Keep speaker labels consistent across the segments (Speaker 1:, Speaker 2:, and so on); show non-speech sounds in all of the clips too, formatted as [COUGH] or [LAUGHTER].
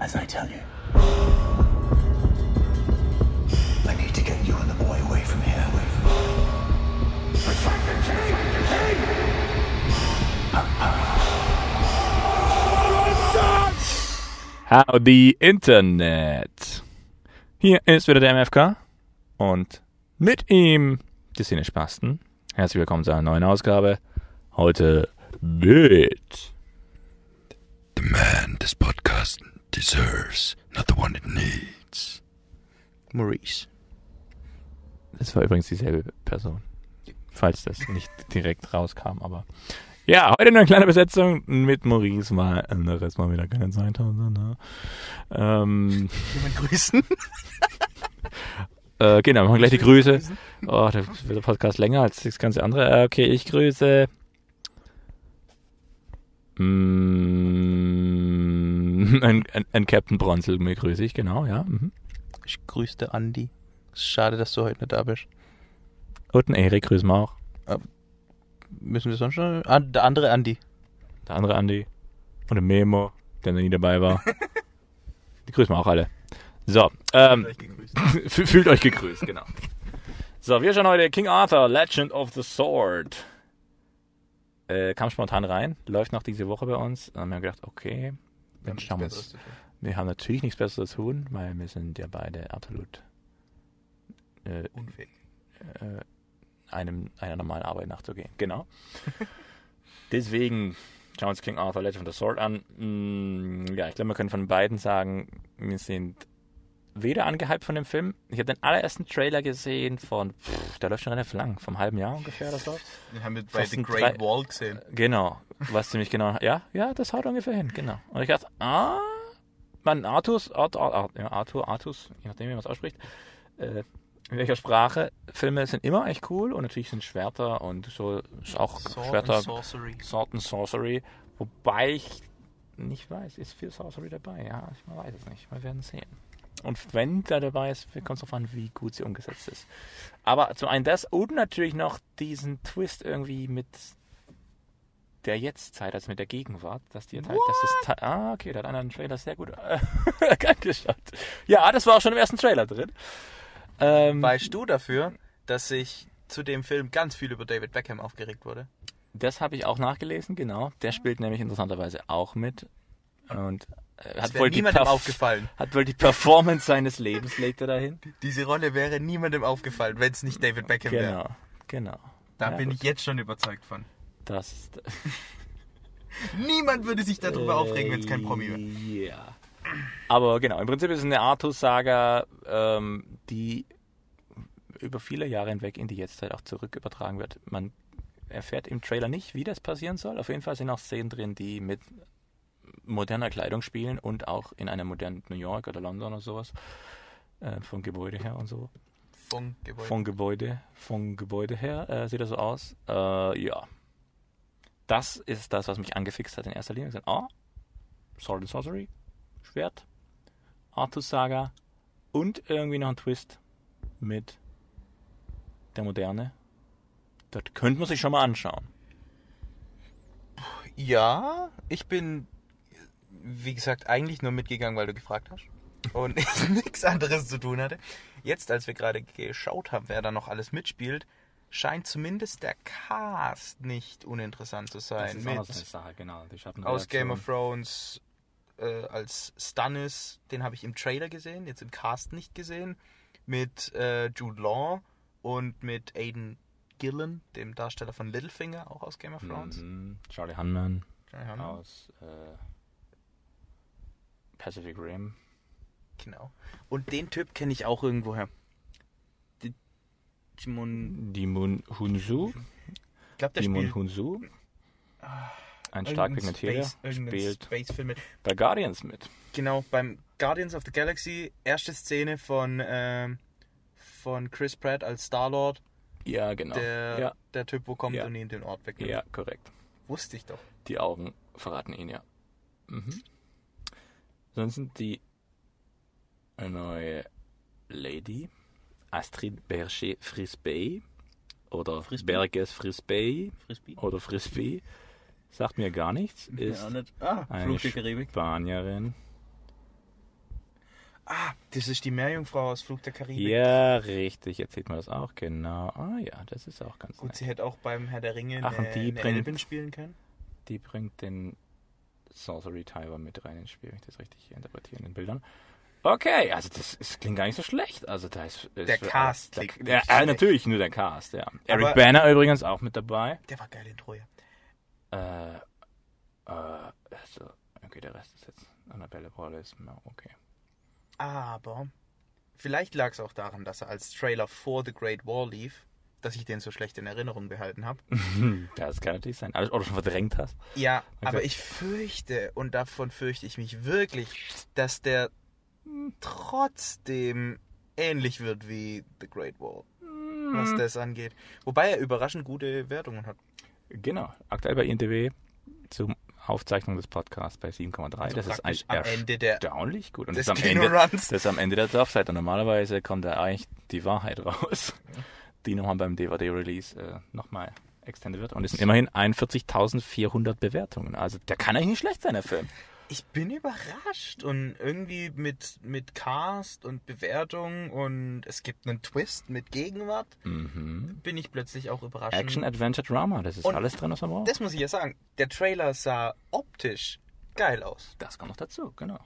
Speaker 1: as I tell you. I need to get you and the boy away from here. Away from
Speaker 2: Howdy Internet. Hier ist wieder der MFK und mit ihm die Szene Spasten. Herzlich willkommen zu einer neuen Ausgabe. Heute mit
Speaker 3: The man this podcast deserves, not the one it needs. Maurice.
Speaker 2: Das war übrigens dieselbe Person. Falls das nicht direkt rauskam, aber. Ja, heute nur eine kleine Besetzung mit Maurice, mal anderes Mal wieder keine Zeit. hatte, Ne? Ähm,
Speaker 3: Jemand grüßen?
Speaker 2: äh, genau, machen wir gleich die Grüße. Oh, der wird der Podcast länger als das ganze andere. Äh, Okay, ich grüße. Mm, [LAUGHS] ein, ein, ein Captain Bronzel mir grüße ich, genau, ja. Mhm.
Speaker 3: [LAUGHS] Ich grüße Andi. Schade, dass du heute nicht da bist.
Speaker 2: Und ein Erik grüßen wir auch.
Speaker 3: Müssen wir sonst schon. Ah, der andere Andi.
Speaker 2: Der andere Andi. Und ein Memo, der nie dabei war. die grüßen wir auch alle. So, ähm, [LAUGHS] Fü- Fühlt euch gegrüßt, genau. So, wir schauen heute King Arthur, Legend of the Sword. Äh, kam spontan rein, läuft noch diese Woche bei uns. Dann haben wir gedacht, okay, dann schauen wir uns. Wir haben natürlich nichts Besseres zu tun, weil wir sind ja beide absolut äh,
Speaker 3: Unfähig.
Speaker 2: äh, einem, einer normalen Arbeit nachzugehen. Genau. [LAUGHS] Deswegen schauen wir uns King Arthur Legend of the Sword an. Mm, ja, ich glaube, wir können von beiden sagen, wir sind weder angehypt von dem Film. Ich habe den allerersten Trailer gesehen von, pff, der läuft schon relativ lang, vom halben Jahr ungefähr oder so.
Speaker 3: Den haben wir
Speaker 2: bei The Great
Speaker 3: Wall gesehen.
Speaker 2: Genau, was ziemlich genau, ja, ja, das haut ungefähr hin, genau. Und ich dachte, ah, man, Artus, Art, Art, Art, ja, Arthur, Artus, je nachdem, wie man es ausspricht, äh, in welcher Sprache, Filme sind immer echt cool und natürlich sind Schwerter und so, ist auch Schwerter,
Speaker 3: Sorcery.
Speaker 2: Sword and Sorcery, wobei ich nicht weiß, ist viel Sorcery dabei? Ja, ich man weiß es nicht. Wir werden sehen. Und wenn da dabei ist, kommt es darauf an, wie gut sie umgesetzt ist. Aber zum einen das und natürlich noch diesen Twist irgendwie mit der Jetztzeit, also mit der Gegenwart, dass die halt, dass das Te- Ah, okay, da hat einer den Trailer sehr gut äh, [LAUGHS] angeschaut. Ja, das war auch schon im ersten Trailer drin. Ähm,
Speaker 4: Weißt du dafür, dass sich zu dem Film ganz viel über David Beckham aufgeregt wurde?
Speaker 2: Das habe ich auch nachgelesen, genau. Der
Speaker 4: Mhm.
Speaker 2: spielt nämlich interessanterweise auch mit. Und äh, hat
Speaker 4: Das wäre
Speaker 2: wohl, die
Speaker 4: niemandem
Speaker 2: Perf-
Speaker 4: aufgefallen.
Speaker 2: hat wohl die Performance seines Lebens, legt er dahin.
Speaker 4: Diese Rolle wäre niemandem aufgefallen, wenn es nicht David Beckham wäre.
Speaker 2: Genau, genau.
Speaker 4: Da
Speaker 2: Ja,
Speaker 4: bin
Speaker 2: gut.
Speaker 4: ich jetzt schon überzeugt von.
Speaker 2: Das ist,
Speaker 4: Niemand würde sich
Speaker 2: Äh,
Speaker 4: darüber aufregen, wenn es kein Promi wäre.
Speaker 2: Ja. Aber genau, im Prinzip ist es eine Artus-Saga, ähm, die über viele Jahre hinweg in die Jetztzeit auch zurück übertragen wird. Man erfährt im Trailer nicht, wie das passieren soll. Auf jeden Fall sind auch Szenen drin, die mit moderner Kleidung spielen und auch in einem modernen New York oder London oder sowas. Äh, vom Gebäude her und so.
Speaker 4: Funk, Gebäude.
Speaker 2: Von Gebäude, von Gebäude her äh, sieht er so aus. Äh, ja. Das ist das, was mich angefixt hat in erster Linie. Ich hab Gesagt, ah, Sword and Sorcery, Schwert, Artus Saga und irgendwie noch ein Twist mit der Moderne. Das könnte man sich schon mal anschauen.
Speaker 4: Ja, ich bin, wie gesagt, eigentlich nur mitgegangen, weil du gefragt hast. Und ich [LAUGHS] nichts anderes zu tun hatte. Jetzt, als wir gerade geschaut haben, wer da noch alles mitspielt, scheint zumindest der Cast nicht uninteressant zu sein. Mit
Speaker 2: Sache, genau. Die
Speaker 4: aus Game of Thrones äh, als Stannis, den habe ich im Trailer gesehen, jetzt im Cast nicht gesehen, mit äh, Jude Law und mit Aiden Gillen, dem Darsteller von Littlefinger, auch aus Game of Thrones. Mhm.
Speaker 2: Charlie Hunman.
Speaker 4: Ja,
Speaker 2: Mhm. aus äh, Pacific Rim.
Speaker 4: Genau. Und den Typ kenne ich auch irgendwoher. Die- Jimon,
Speaker 2: Dimon Hunsu.
Speaker 4: ich glaube, der
Speaker 2: Dimon
Speaker 4: spielt
Speaker 2: Hunsu.
Speaker 4: Ah,
Speaker 2: Ein stark
Speaker 4: irgendeinen
Speaker 2: Pigmentierter
Speaker 4: Space, irgendeinen
Speaker 2: spielt
Speaker 4: Space-Film mit.
Speaker 2: bei Guardians mit.
Speaker 4: Genau, beim Guardians of the Galaxy, erste Szene von, ähm, von Chris Pratt als Star-Lord.
Speaker 2: Ja, genau.
Speaker 4: der,
Speaker 2: ja,
Speaker 4: der Typ, wo kommt
Speaker 2: Ja.
Speaker 4: und ihn den Ort wegnimmt.
Speaker 2: ja, korrekt.
Speaker 4: Wusste ich doch.
Speaker 2: Die Augen verraten ihn ja. Mhm. Sonst sind die neue Lady Astrid Berger Frisbee oder Berges Frisbee
Speaker 3: Frisbee?
Speaker 2: oder Frisbee sagt mir gar nichts. Ist
Speaker 4: ne?
Speaker 3: ja, nicht. Ah,
Speaker 2: Eine
Speaker 3: Flug der Karibik.
Speaker 2: Spanierin.
Speaker 4: Ah, das ist die Meerjungfrau aus Flug der Karibik.
Speaker 2: Ja, richtig. Jetzt sieht man das auch. Genau. Ah ja, das ist auch ganz
Speaker 4: Gut,
Speaker 2: gut.
Speaker 4: sie hätte auch beim Herr der Ringe
Speaker 2: Ach,
Speaker 4: eine,
Speaker 2: und die
Speaker 4: eine
Speaker 2: bringt-
Speaker 4: Elben spielen können.
Speaker 2: Die bringt den Sorcery Timer mit rein ins Spiel, wenn ich das richtig interpretiere in den Bildern. Okay, also das ist, klingt gar nicht so schlecht. Also da ist, ist
Speaker 4: Der Cast
Speaker 2: Der,
Speaker 4: klingt
Speaker 2: der,
Speaker 4: nicht
Speaker 2: ja, äh,
Speaker 4: schlecht.
Speaker 2: natürlich nur der Cast. Ja. Eric
Speaker 4: Aber-
Speaker 2: Banner übrigens auch mit dabei.
Speaker 4: Der war geil in Troja.
Speaker 2: Äh, äh, also, okay, der Rest ist jetzt Annabelle Wallace. Na,
Speaker 4: [LAUGHS]
Speaker 2: okay.
Speaker 4: Aber vielleicht lag es auch daran, dass er als Trailer vor The Great Wall lief, dass ich den so schlecht in Erinnerung behalten habe.
Speaker 2: Ja, das kann natürlich sein. Alles, oder schon verdrängt hast.
Speaker 4: Ja,
Speaker 2: Okay.
Speaker 4: aber ich fürchte, und davon fürchte ich mich wirklich, dass der trotzdem ähnlich wird wie The Great Wall,
Speaker 2: Hm.
Speaker 4: was das angeht. Wobei er überraschend gute Wertungen hat.
Speaker 2: Genau, aktuell bei INTW zur Aufzeichnung des Podcasts bei 7,3. das ist
Speaker 4: Also praktisch
Speaker 2: eigentlich
Speaker 4: am Ende der-
Speaker 2: erstaunlich gut. Und
Speaker 4: des
Speaker 2: das ist, am Ende,
Speaker 4: Kinoruns.
Speaker 2: das ist am Ende der Dorfseite. Und normalerweise kommt da eigentlich die Wahrheit raus, die nochmal beim DVD-Release äh, nochmal extended wird. Und es sind immerhin 41.400 Bewertungen. Also der kann eigentlich nicht schlecht sein, der Film.
Speaker 4: Ich bin überrascht und irgendwie mit, mit Cast und Bewertung und es gibt einen Twist mit Gegenwart,
Speaker 2: Mhm.
Speaker 4: bin ich plötzlich auch überrascht.
Speaker 2: Action, Adventure, Drama, das ist
Speaker 4: Und
Speaker 2: alles drin, was man braucht.
Speaker 4: Das muss ich ja sagen, der Trailer sah optisch geil aus.
Speaker 2: Das kommt noch dazu, genau.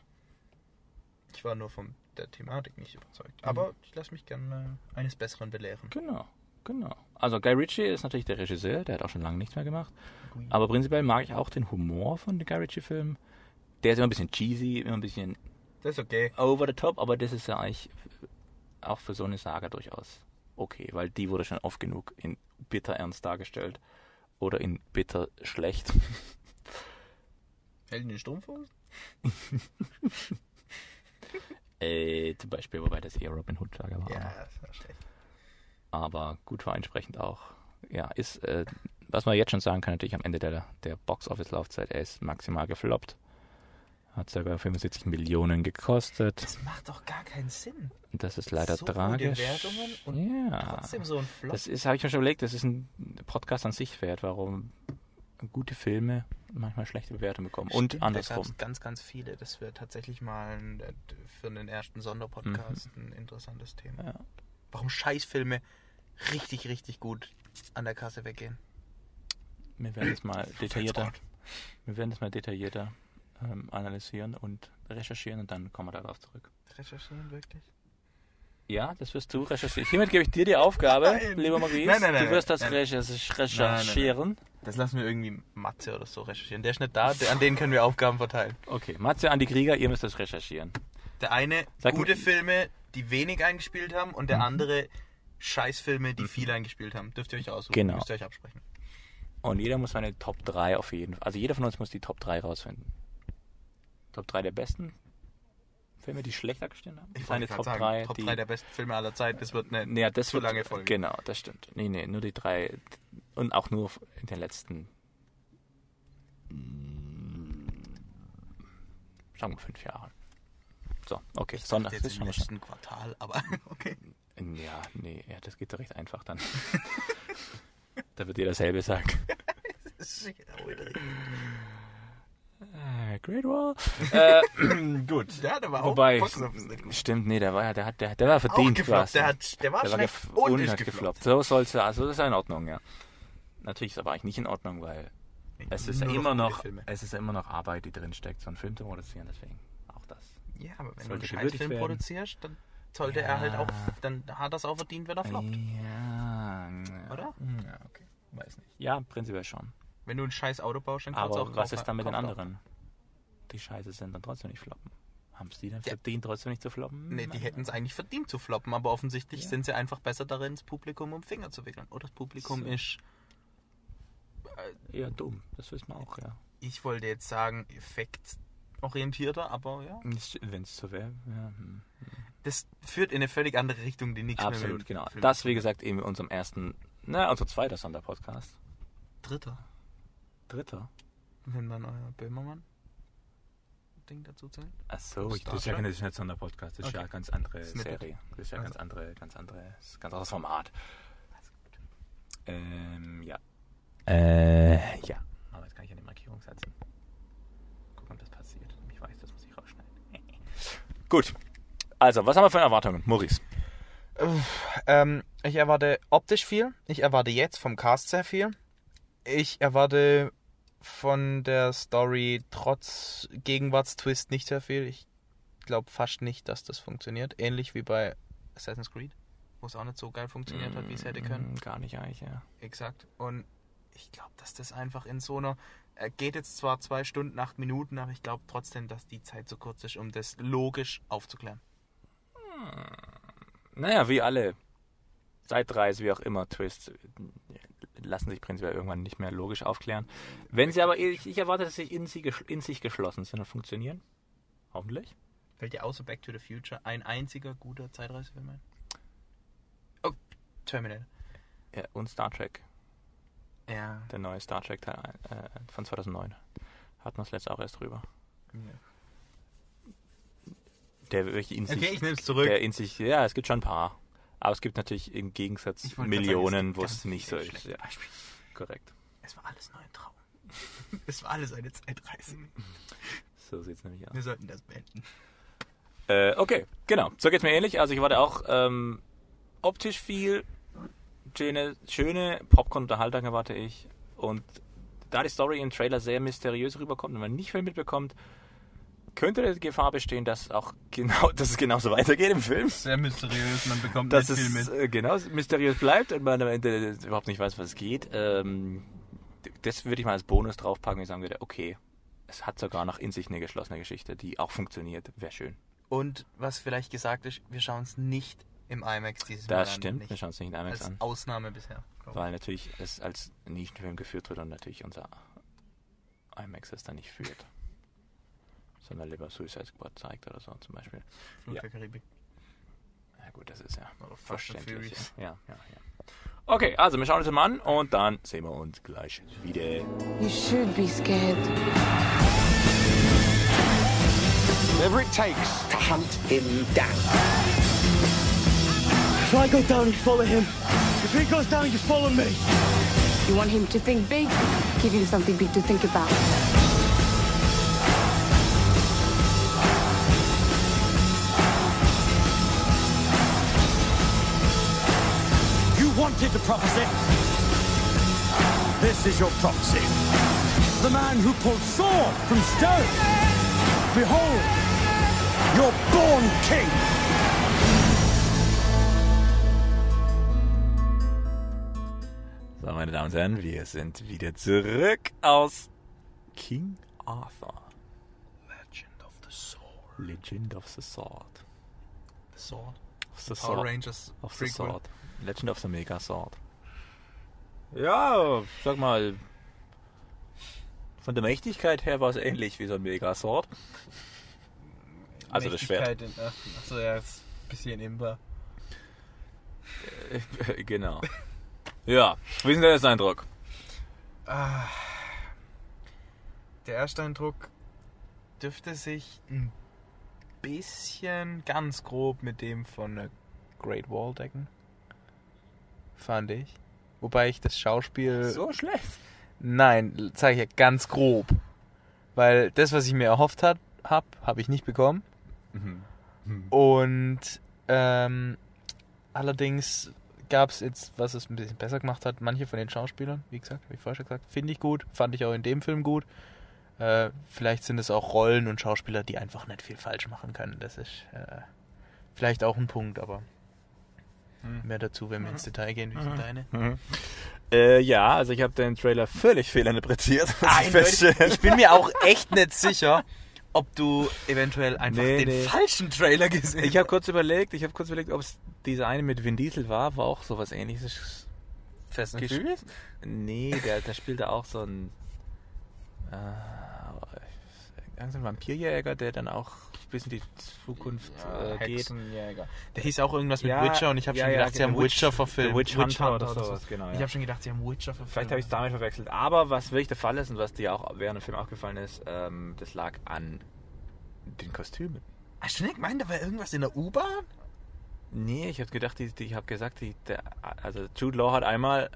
Speaker 4: Ich war nur von der Thematik nicht überzeugt. Aber ich lasse mich gerne äh, eines Besseren belehren.
Speaker 2: Genau, genau. Also Guy Ritchie ist natürlich der Regisseur, der hat auch schon lange nichts mehr gemacht. Aber prinzipiell mag ich auch den Humor von den Guy Ritchie-Filmen. Der ist immer ein bisschen cheesy, immer ein bisschen
Speaker 4: Das ist okay.
Speaker 2: over the top, aber das ist ja eigentlich auch für so eine Saga durchaus okay, weil die wurde schon oft genug in bitter ernst dargestellt oder in bitter
Speaker 4: [LAUGHS]
Speaker 2: schlecht.
Speaker 4: Hält in den Sturmfuß?
Speaker 2: äh, zum Beispiel, wobei das eher Robin Hood-Saga war.
Speaker 4: Ja, das war schlecht.
Speaker 2: aber gut war entsprechend auch. Ja, ist, äh, was man jetzt schon sagen kann, natürlich am Ende der, der Box-Office-Laufzeit, er ist maximal gefloppt. Hat ca. 75 Millionen gekostet.
Speaker 4: Das macht doch gar keinen Sinn.
Speaker 2: Und Das ist leider
Speaker 4: So gute
Speaker 2: tragisch.
Speaker 4: Wertungen und
Speaker 2: ja.
Speaker 4: Trotzdem so ein Flop.
Speaker 2: Das ist, habe ich mir schon überlegt, das ist ein Podcast an sich wert, warum gute Filme manchmal schlechte Bewertungen bekommen.
Speaker 4: Stimmt,
Speaker 2: und
Speaker 4: da
Speaker 2: andersrum.
Speaker 4: gab's ganz, ganz viele. Das wäre tatsächlich mal ein, äh, für einen ersten Sonderpodcast ein interessantes Thema.
Speaker 2: Ja.
Speaker 4: Warum Scheißfilme richtig, richtig gut an der Kasse weggehen.
Speaker 2: Wir werden es mal detaillierter.
Speaker 4: Gott.
Speaker 2: Wir werden es mal detaillierter ähm, analysieren und recherchieren und dann kommen wir darauf zurück.
Speaker 4: Recherchieren wirklich?
Speaker 2: Ja, das wirst du recherchieren. Hiermit gebe ich dir die Aufgabe,
Speaker 4: Nein.
Speaker 2: lieber Maurice.
Speaker 4: Nein, nein, nein,
Speaker 2: du wirst
Speaker 4: nein,
Speaker 2: das
Speaker 4: nein.
Speaker 2: recherch-
Speaker 4: nein, nein.
Speaker 2: recherchieren.
Speaker 4: Das lassen wir irgendwie Matze oder so recherchieren. Der ist nicht da, der, an denen können wir Aufgaben verteilen.
Speaker 2: Okay, Matze an die Krieger, ihr müsst das recherchieren.
Speaker 4: Der eine
Speaker 2: Sag Mhm.
Speaker 4: gute
Speaker 2: mir-
Speaker 4: Filme, die wenig eingespielt haben und der andere Scheißfilme, die viel eingespielt haben. Dürft ihr euch aussuchen.
Speaker 2: Mhm. Genau.
Speaker 4: Müsst ihr euch absprechen.
Speaker 2: Und jeder muss seine Top 3 auf jeden Fall. Also jeder von uns muss die Top 3 rausfinden. Top 3 der besten Filme, die schlecht abgestimmt haben.
Speaker 4: Ich wollte gerade sagen, Top 3 der besten Filme aller Zeit. Das wird eine
Speaker 2: Nee, ja, das
Speaker 4: zu
Speaker 2: wird,
Speaker 4: lange Folge.
Speaker 2: Genau, das stimmt. Nee, nee, nur die drei. Und auch nur in den letzten. mm, Sagen wir fünf Jahren. So, okay. Sonder.
Speaker 4: jetzt
Speaker 2: Das
Speaker 4: im
Speaker 2: haben wir schon.
Speaker 4: letzten Quartal, aber [LAUGHS] okay.
Speaker 2: Ja, nee, ja, das geht doch recht einfach dann. [LAUGHS] da wird dir dasselbe sagen. Äh, Great Wall.
Speaker 4: [CLEARS THROAT]
Speaker 2: äh, gut.
Speaker 4: Ja, der war auch
Speaker 2: Wobei,
Speaker 4: Box Office nicht gut.
Speaker 2: stimmt, nee, der war ja, der hat, der, der war
Speaker 4: Auch
Speaker 2: verdient
Speaker 4: gefloppt,
Speaker 2: quasi.
Speaker 4: der hat- der war schlecht
Speaker 2: gef-
Speaker 4: und ist
Speaker 2: hat
Speaker 4: gefloppt.
Speaker 2: So soll's ja, also das ist ja in Ordnung, ja. Natürlich ist es aber eigentlich nicht in Ordnung, weil es ist ja
Speaker 4: Nur
Speaker 2: immer
Speaker 4: gute
Speaker 2: noch,
Speaker 4: Filme.
Speaker 2: es ist ja immer noch Arbeit, die drin steckt, so einen Film zu produzieren, deswegen auch das.
Speaker 4: Ja, aber wenn du einen
Speaker 2: Sollte gewürdigt
Speaker 4: Scheißfilm
Speaker 2: werden.
Speaker 4: produzierst, dann sollte
Speaker 2: Ja.
Speaker 4: er halt auch, dann hat er es auch verdient, wenn er floppt,
Speaker 2: Ja, ja. Mhm.
Speaker 4: oder?
Speaker 2: Ja.
Speaker 4: okay. Weiß nicht.
Speaker 2: ja, prinzipiell schon.
Speaker 4: Wenn du ein scheiß Auto baust, dann kannst du auch
Speaker 2: Aber was
Speaker 4: Kauf-
Speaker 2: ist dann mit den
Speaker 4: Kauf-
Speaker 2: anderen? Die Scheiße sind dann trotzdem nicht floppen. Haben es die dann
Speaker 4: Ja.
Speaker 2: verdient, trotzdem nicht zu floppen?
Speaker 4: Nee, die hätten es eigentlich verdient zu floppen, aber offensichtlich sind sie einfach besser darin, das Publikum um den Finger zu wickeln. Oh, das Publikum
Speaker 2: So.
Speaker 4: ist,
Speaker 2: Ja, dumm. Das wissen wir auch, ja.
Speaker 4: ich wollte jetzt sagen, effektorientierter, aber ja.
Speaker 2: Wenn es so wäre, ja. hm.
Speaker 4: Das führt in eine völlig andere Richtung, die nichts mehr
Speaker 2: Absolut,
Speaker 4: mit
Speaker 2: genau.
Speaker 4: Film-
Speaker 2: Das, wie gesagt, eben in unserem ersten, na, unser zweiter Sonderpodcast.
Speaker 4: Dritter.
Speaker 2: Dritter.
Speaker 4: Wenn man euer Böhmermann-Ding dazu zählt.
Speaker 2: Ach so,
Speaker 4: Star Trek?
Speaker 2: Oh, ist ja nicht Sonderpodcast, das ist Also ja eine ganz andere
Speaker 4: Snippet.
Speaker 2: Serie. Das ist ja ganz andere, ganz andere, ganz anderes Format. Ähm, ja. Äh, ja. Aber jetzt kann ich eine Markierung setzen. Gucken, ob das passiert. Ich weiß, das muss ich rausschneiden. Gut. Also, was haben wir für Erwartungen? Maurice.
Speaker 4: Ähm, ich erwarte optisch viel. Ich erwarte jetzt vom Cast sehr viel. Ich erwarte von der Story trotz Gegenwartstwist nicht sehr viel. Ich glaube fast nicht, dass das funktioniert. Ähnlich wie bei Assassin's Creed, wo es auch nicht so geil funktioniert hat, wie es hätte können.
Speaker 2: Mm, Gar nicht eigentlich, ja.
Speaker 4: Exakt. Und ich glaube, dass das einfach in so einer. Er geht jetzt zwar zwei Stunden, acht Minuten, aber ich glaube trotzdem, dass die Zeit zu kurz ist, um das logisch aufzuklären.
Speaker 2: Naja, wie alle Zeitreise, wie auch immer, Twists äh, lassen sich prinzipiell irgendwann nicht mehr logisch aufklären. Wenn sie aber, ich, ich erwarte, dass sie in, sie gesch- in sich geschlossen sind und funktionieren. Hoffentlich.
Speaker 4: Fällt dir außer Back to the Future ein einziger guter Zeitreisefilm ein? Oh, Terminator.
Speaker 2: Ja, und Star Trek,
Speaker 4: Ja.
Speaker 2: der neue Star Trek Teil ein- äh, von 2009. Hatten wir das letzte auch erst drüber. Der wirklich in sich,
Speaker 4: Okay, ich nehme es zurück.
Speaker 2: der in sich, ja, es gibt schon ein paar. Aber es gibt natürlich im Gegensatz
Speaker 4: Ich wollte gerade sagen,
Speaker 2: Millionen,
Speaker 4: gibt
Speaker 2: wo
Speaker 4: ganz
Speaker 2: es nicht so
Speaker 4: viele
Speaker 2: ist.
Speaker 4: schlechte
Speaker 2: Ja,
Speaker 4: Beispiele.
Speaker 2: korrekt.
Speaker 4: Es war alles nur ein Traum. [LAUGHS] es war alles eine Zeitreise.
Speaker 2: So sieht es nämlich aus.
Speaker 4: Wir sollten das beenden.
Speaker 2: Äh, okay, genau. So geht's mir ähnlich. Also ich warte auch ähm, optisch viel. Schöne, schöne Popcorn-Unterhaltung erwarte ich. Und da die Story im Trailer sehr mysteriös rüberkommt und man nicht viel mitbekommt, könnte die Gefahr bestehen, dass auch [LAUGHS] genau, dass es genauso weitergeht im Film.
Speaker 4: Sehr mysteriös, man bekommt
Speaker 2: Dass es äh, genau mysteriös bleibt und man am Ende überhaupt nicht weiß, was es geht. Ähm, d- das würde ich mal als Bonus draufpacken und sagen würde, okay, es hat sogar noch in sich eine geschlossene Geschichte, die auch funktioniert. Wäre schön.
Speaker 4: Und was vielleicht gesagt ist, wir schauen es nicht im IMAX dieses Mal an.
Speaker 2: Das stimmt,
Speaker 4: Nicht. Also
Speaker 2: wir schauen es nicht in IMAX
Speaker 4: Als
Speaker 2: an.
Speaker 4: Ausnahme bisher. glaub ich.
Speaker 2: Weil natürlich es als Nischenfilm geführt wird und natürlich unser IMAX es dann nicht führt. Sondern lieber Suicide Squad zeigt oder so zum Beispiel.
Speaker 4: Fluch
Speaker 2: ja.
Speaker 4: der Karibik.
Speaker 2: Na gut, das ist ja
Speaker 4: Oder Fast and
Speaker 2: verständlich.
Speaker 4: Furious.
Speaker 2: Ja, ja, ja. Okay, also wir schauen uns das mal an und dann sehen wir uns gleich wieder.
Speaker 5: You should be scared.
Speaker 6: Whatever it takes to hunt him down.
Speaker 7: If I go down, you follow him. If he goes down, you follow me.
Speaker 5: You want him to think big? Give him something big to think about.
Speaker 7: You wanted the prophecy. This is your prophecy. The man who pulled sword from stone. Behold, your born king.
Speaker 2: So, meine Damen und Herren, wir sind wieder zurück aus King Arthur.
Speaker 4: Legend of the Sword.
Speaker 2: Legend of the Sword.
Speaker 4: The Sword.
Speaker 2: Of the
Speaker 4: Power Rangers
Speaker 2: Of the
Speaker 4: Prequel.
Speaker 2: Sword. Legend of the Mega Sword. Ja, sag mal. Von der Mächtigkeit her war es ähnlich wie so ein Mega Sword. Also das Schwert.
Speaker 4: Mächtigkeit in- ach, Achso, ja, ist ein bisschen imbar.
Speaker 2: [LAUGHS] genau. Ja, wie ist denn dein Eindruck?
Speaker 4: Der erste Eindruck dürfte sich ein bisschen ganz grob mit dem von der Great Wall decken. Fand ich. Wobei ich das Schauspiel.
Speaker 2: So schlecht.
Speaker 4: Nein, zeige ich ja ganz grob. Weil das, was ich mir erhofft hat, habe, habe ich nicht bekommen. Und ähm, allerdings gab es jetzt, was es ein bisschen besser gemacht hat, manche von den Schauspielern, wie gesagt, wie vorher schon gesagt, finde ich gut, fand ich auch in dem Film gut. Äh, vielleicht sind es auch Rollen und Schauspieler, die einfach nicht viel falsch machen können. Das ist äh, vielleicht auch ein Punkt, aber mehr dazu, wenn wir ins Detail gehen. Wie sind deine?
Speaker 2: Äh, ja, also ich habe den Trailer völlig fehlinterpretiert. muss ich
Speaker 4: Eindeutig.
Speaker 2: feststellen.
Speaker 4: Ich bin mir auch echt nicht sicher, ob du eventuell einfach
Speaker 2: Nee,
Speaker 4: den
Speaker 2: nee.
Speaker 4: falschen Trailer gesehen
Speaker 2: Ich habe kurz überlegt, ich habe kurz überlegt, ob es diese eine mit Vin Diesel war, war auch sowas ähnliches.
Speaker 4: Fast
Speaker 2: Gesch- Nee, der, der spielte auch so ein äh, irgendein Vampirjäger, der dann auch ein bisschen die Zukunft äh, geht.
Speaker 4: Hexenjäger. Der hieß auch irgendwas mit
Speaker 2: Ja,
Speaker 4: Witcher und ich habe
Speaker 2: ja,
Speaker 4: schon
Speaker 2: ja,
Speaker 4: gedacht, sie haben
Speaker 2: genau.
Speaker 4: Witcher verfilmt.
Speaker 2: The Witch Hunter oder sowas,
Speaker 4: so.
Speaker 2: genau,
Speaker 4: Ich
Speaker 2: ja.
Speaker 4: habe schon gedacht, sie haben Witcher verfilmt.
Speaker 2: Vielleicht habe ich es damit verwechselt. Aber was wirklich der Fall ist und was dir auch während dem Film aufgefallen ist, ähm, das lag an den Kostümen.
Speaker 4: Hast du nicht gemeint, Ah, da war irgendwas in der U-Bahn?
Speaker 2: Nee, ich habe gedacht, die, die, ich habe gesagt, die, der, also Jude Law hat einmal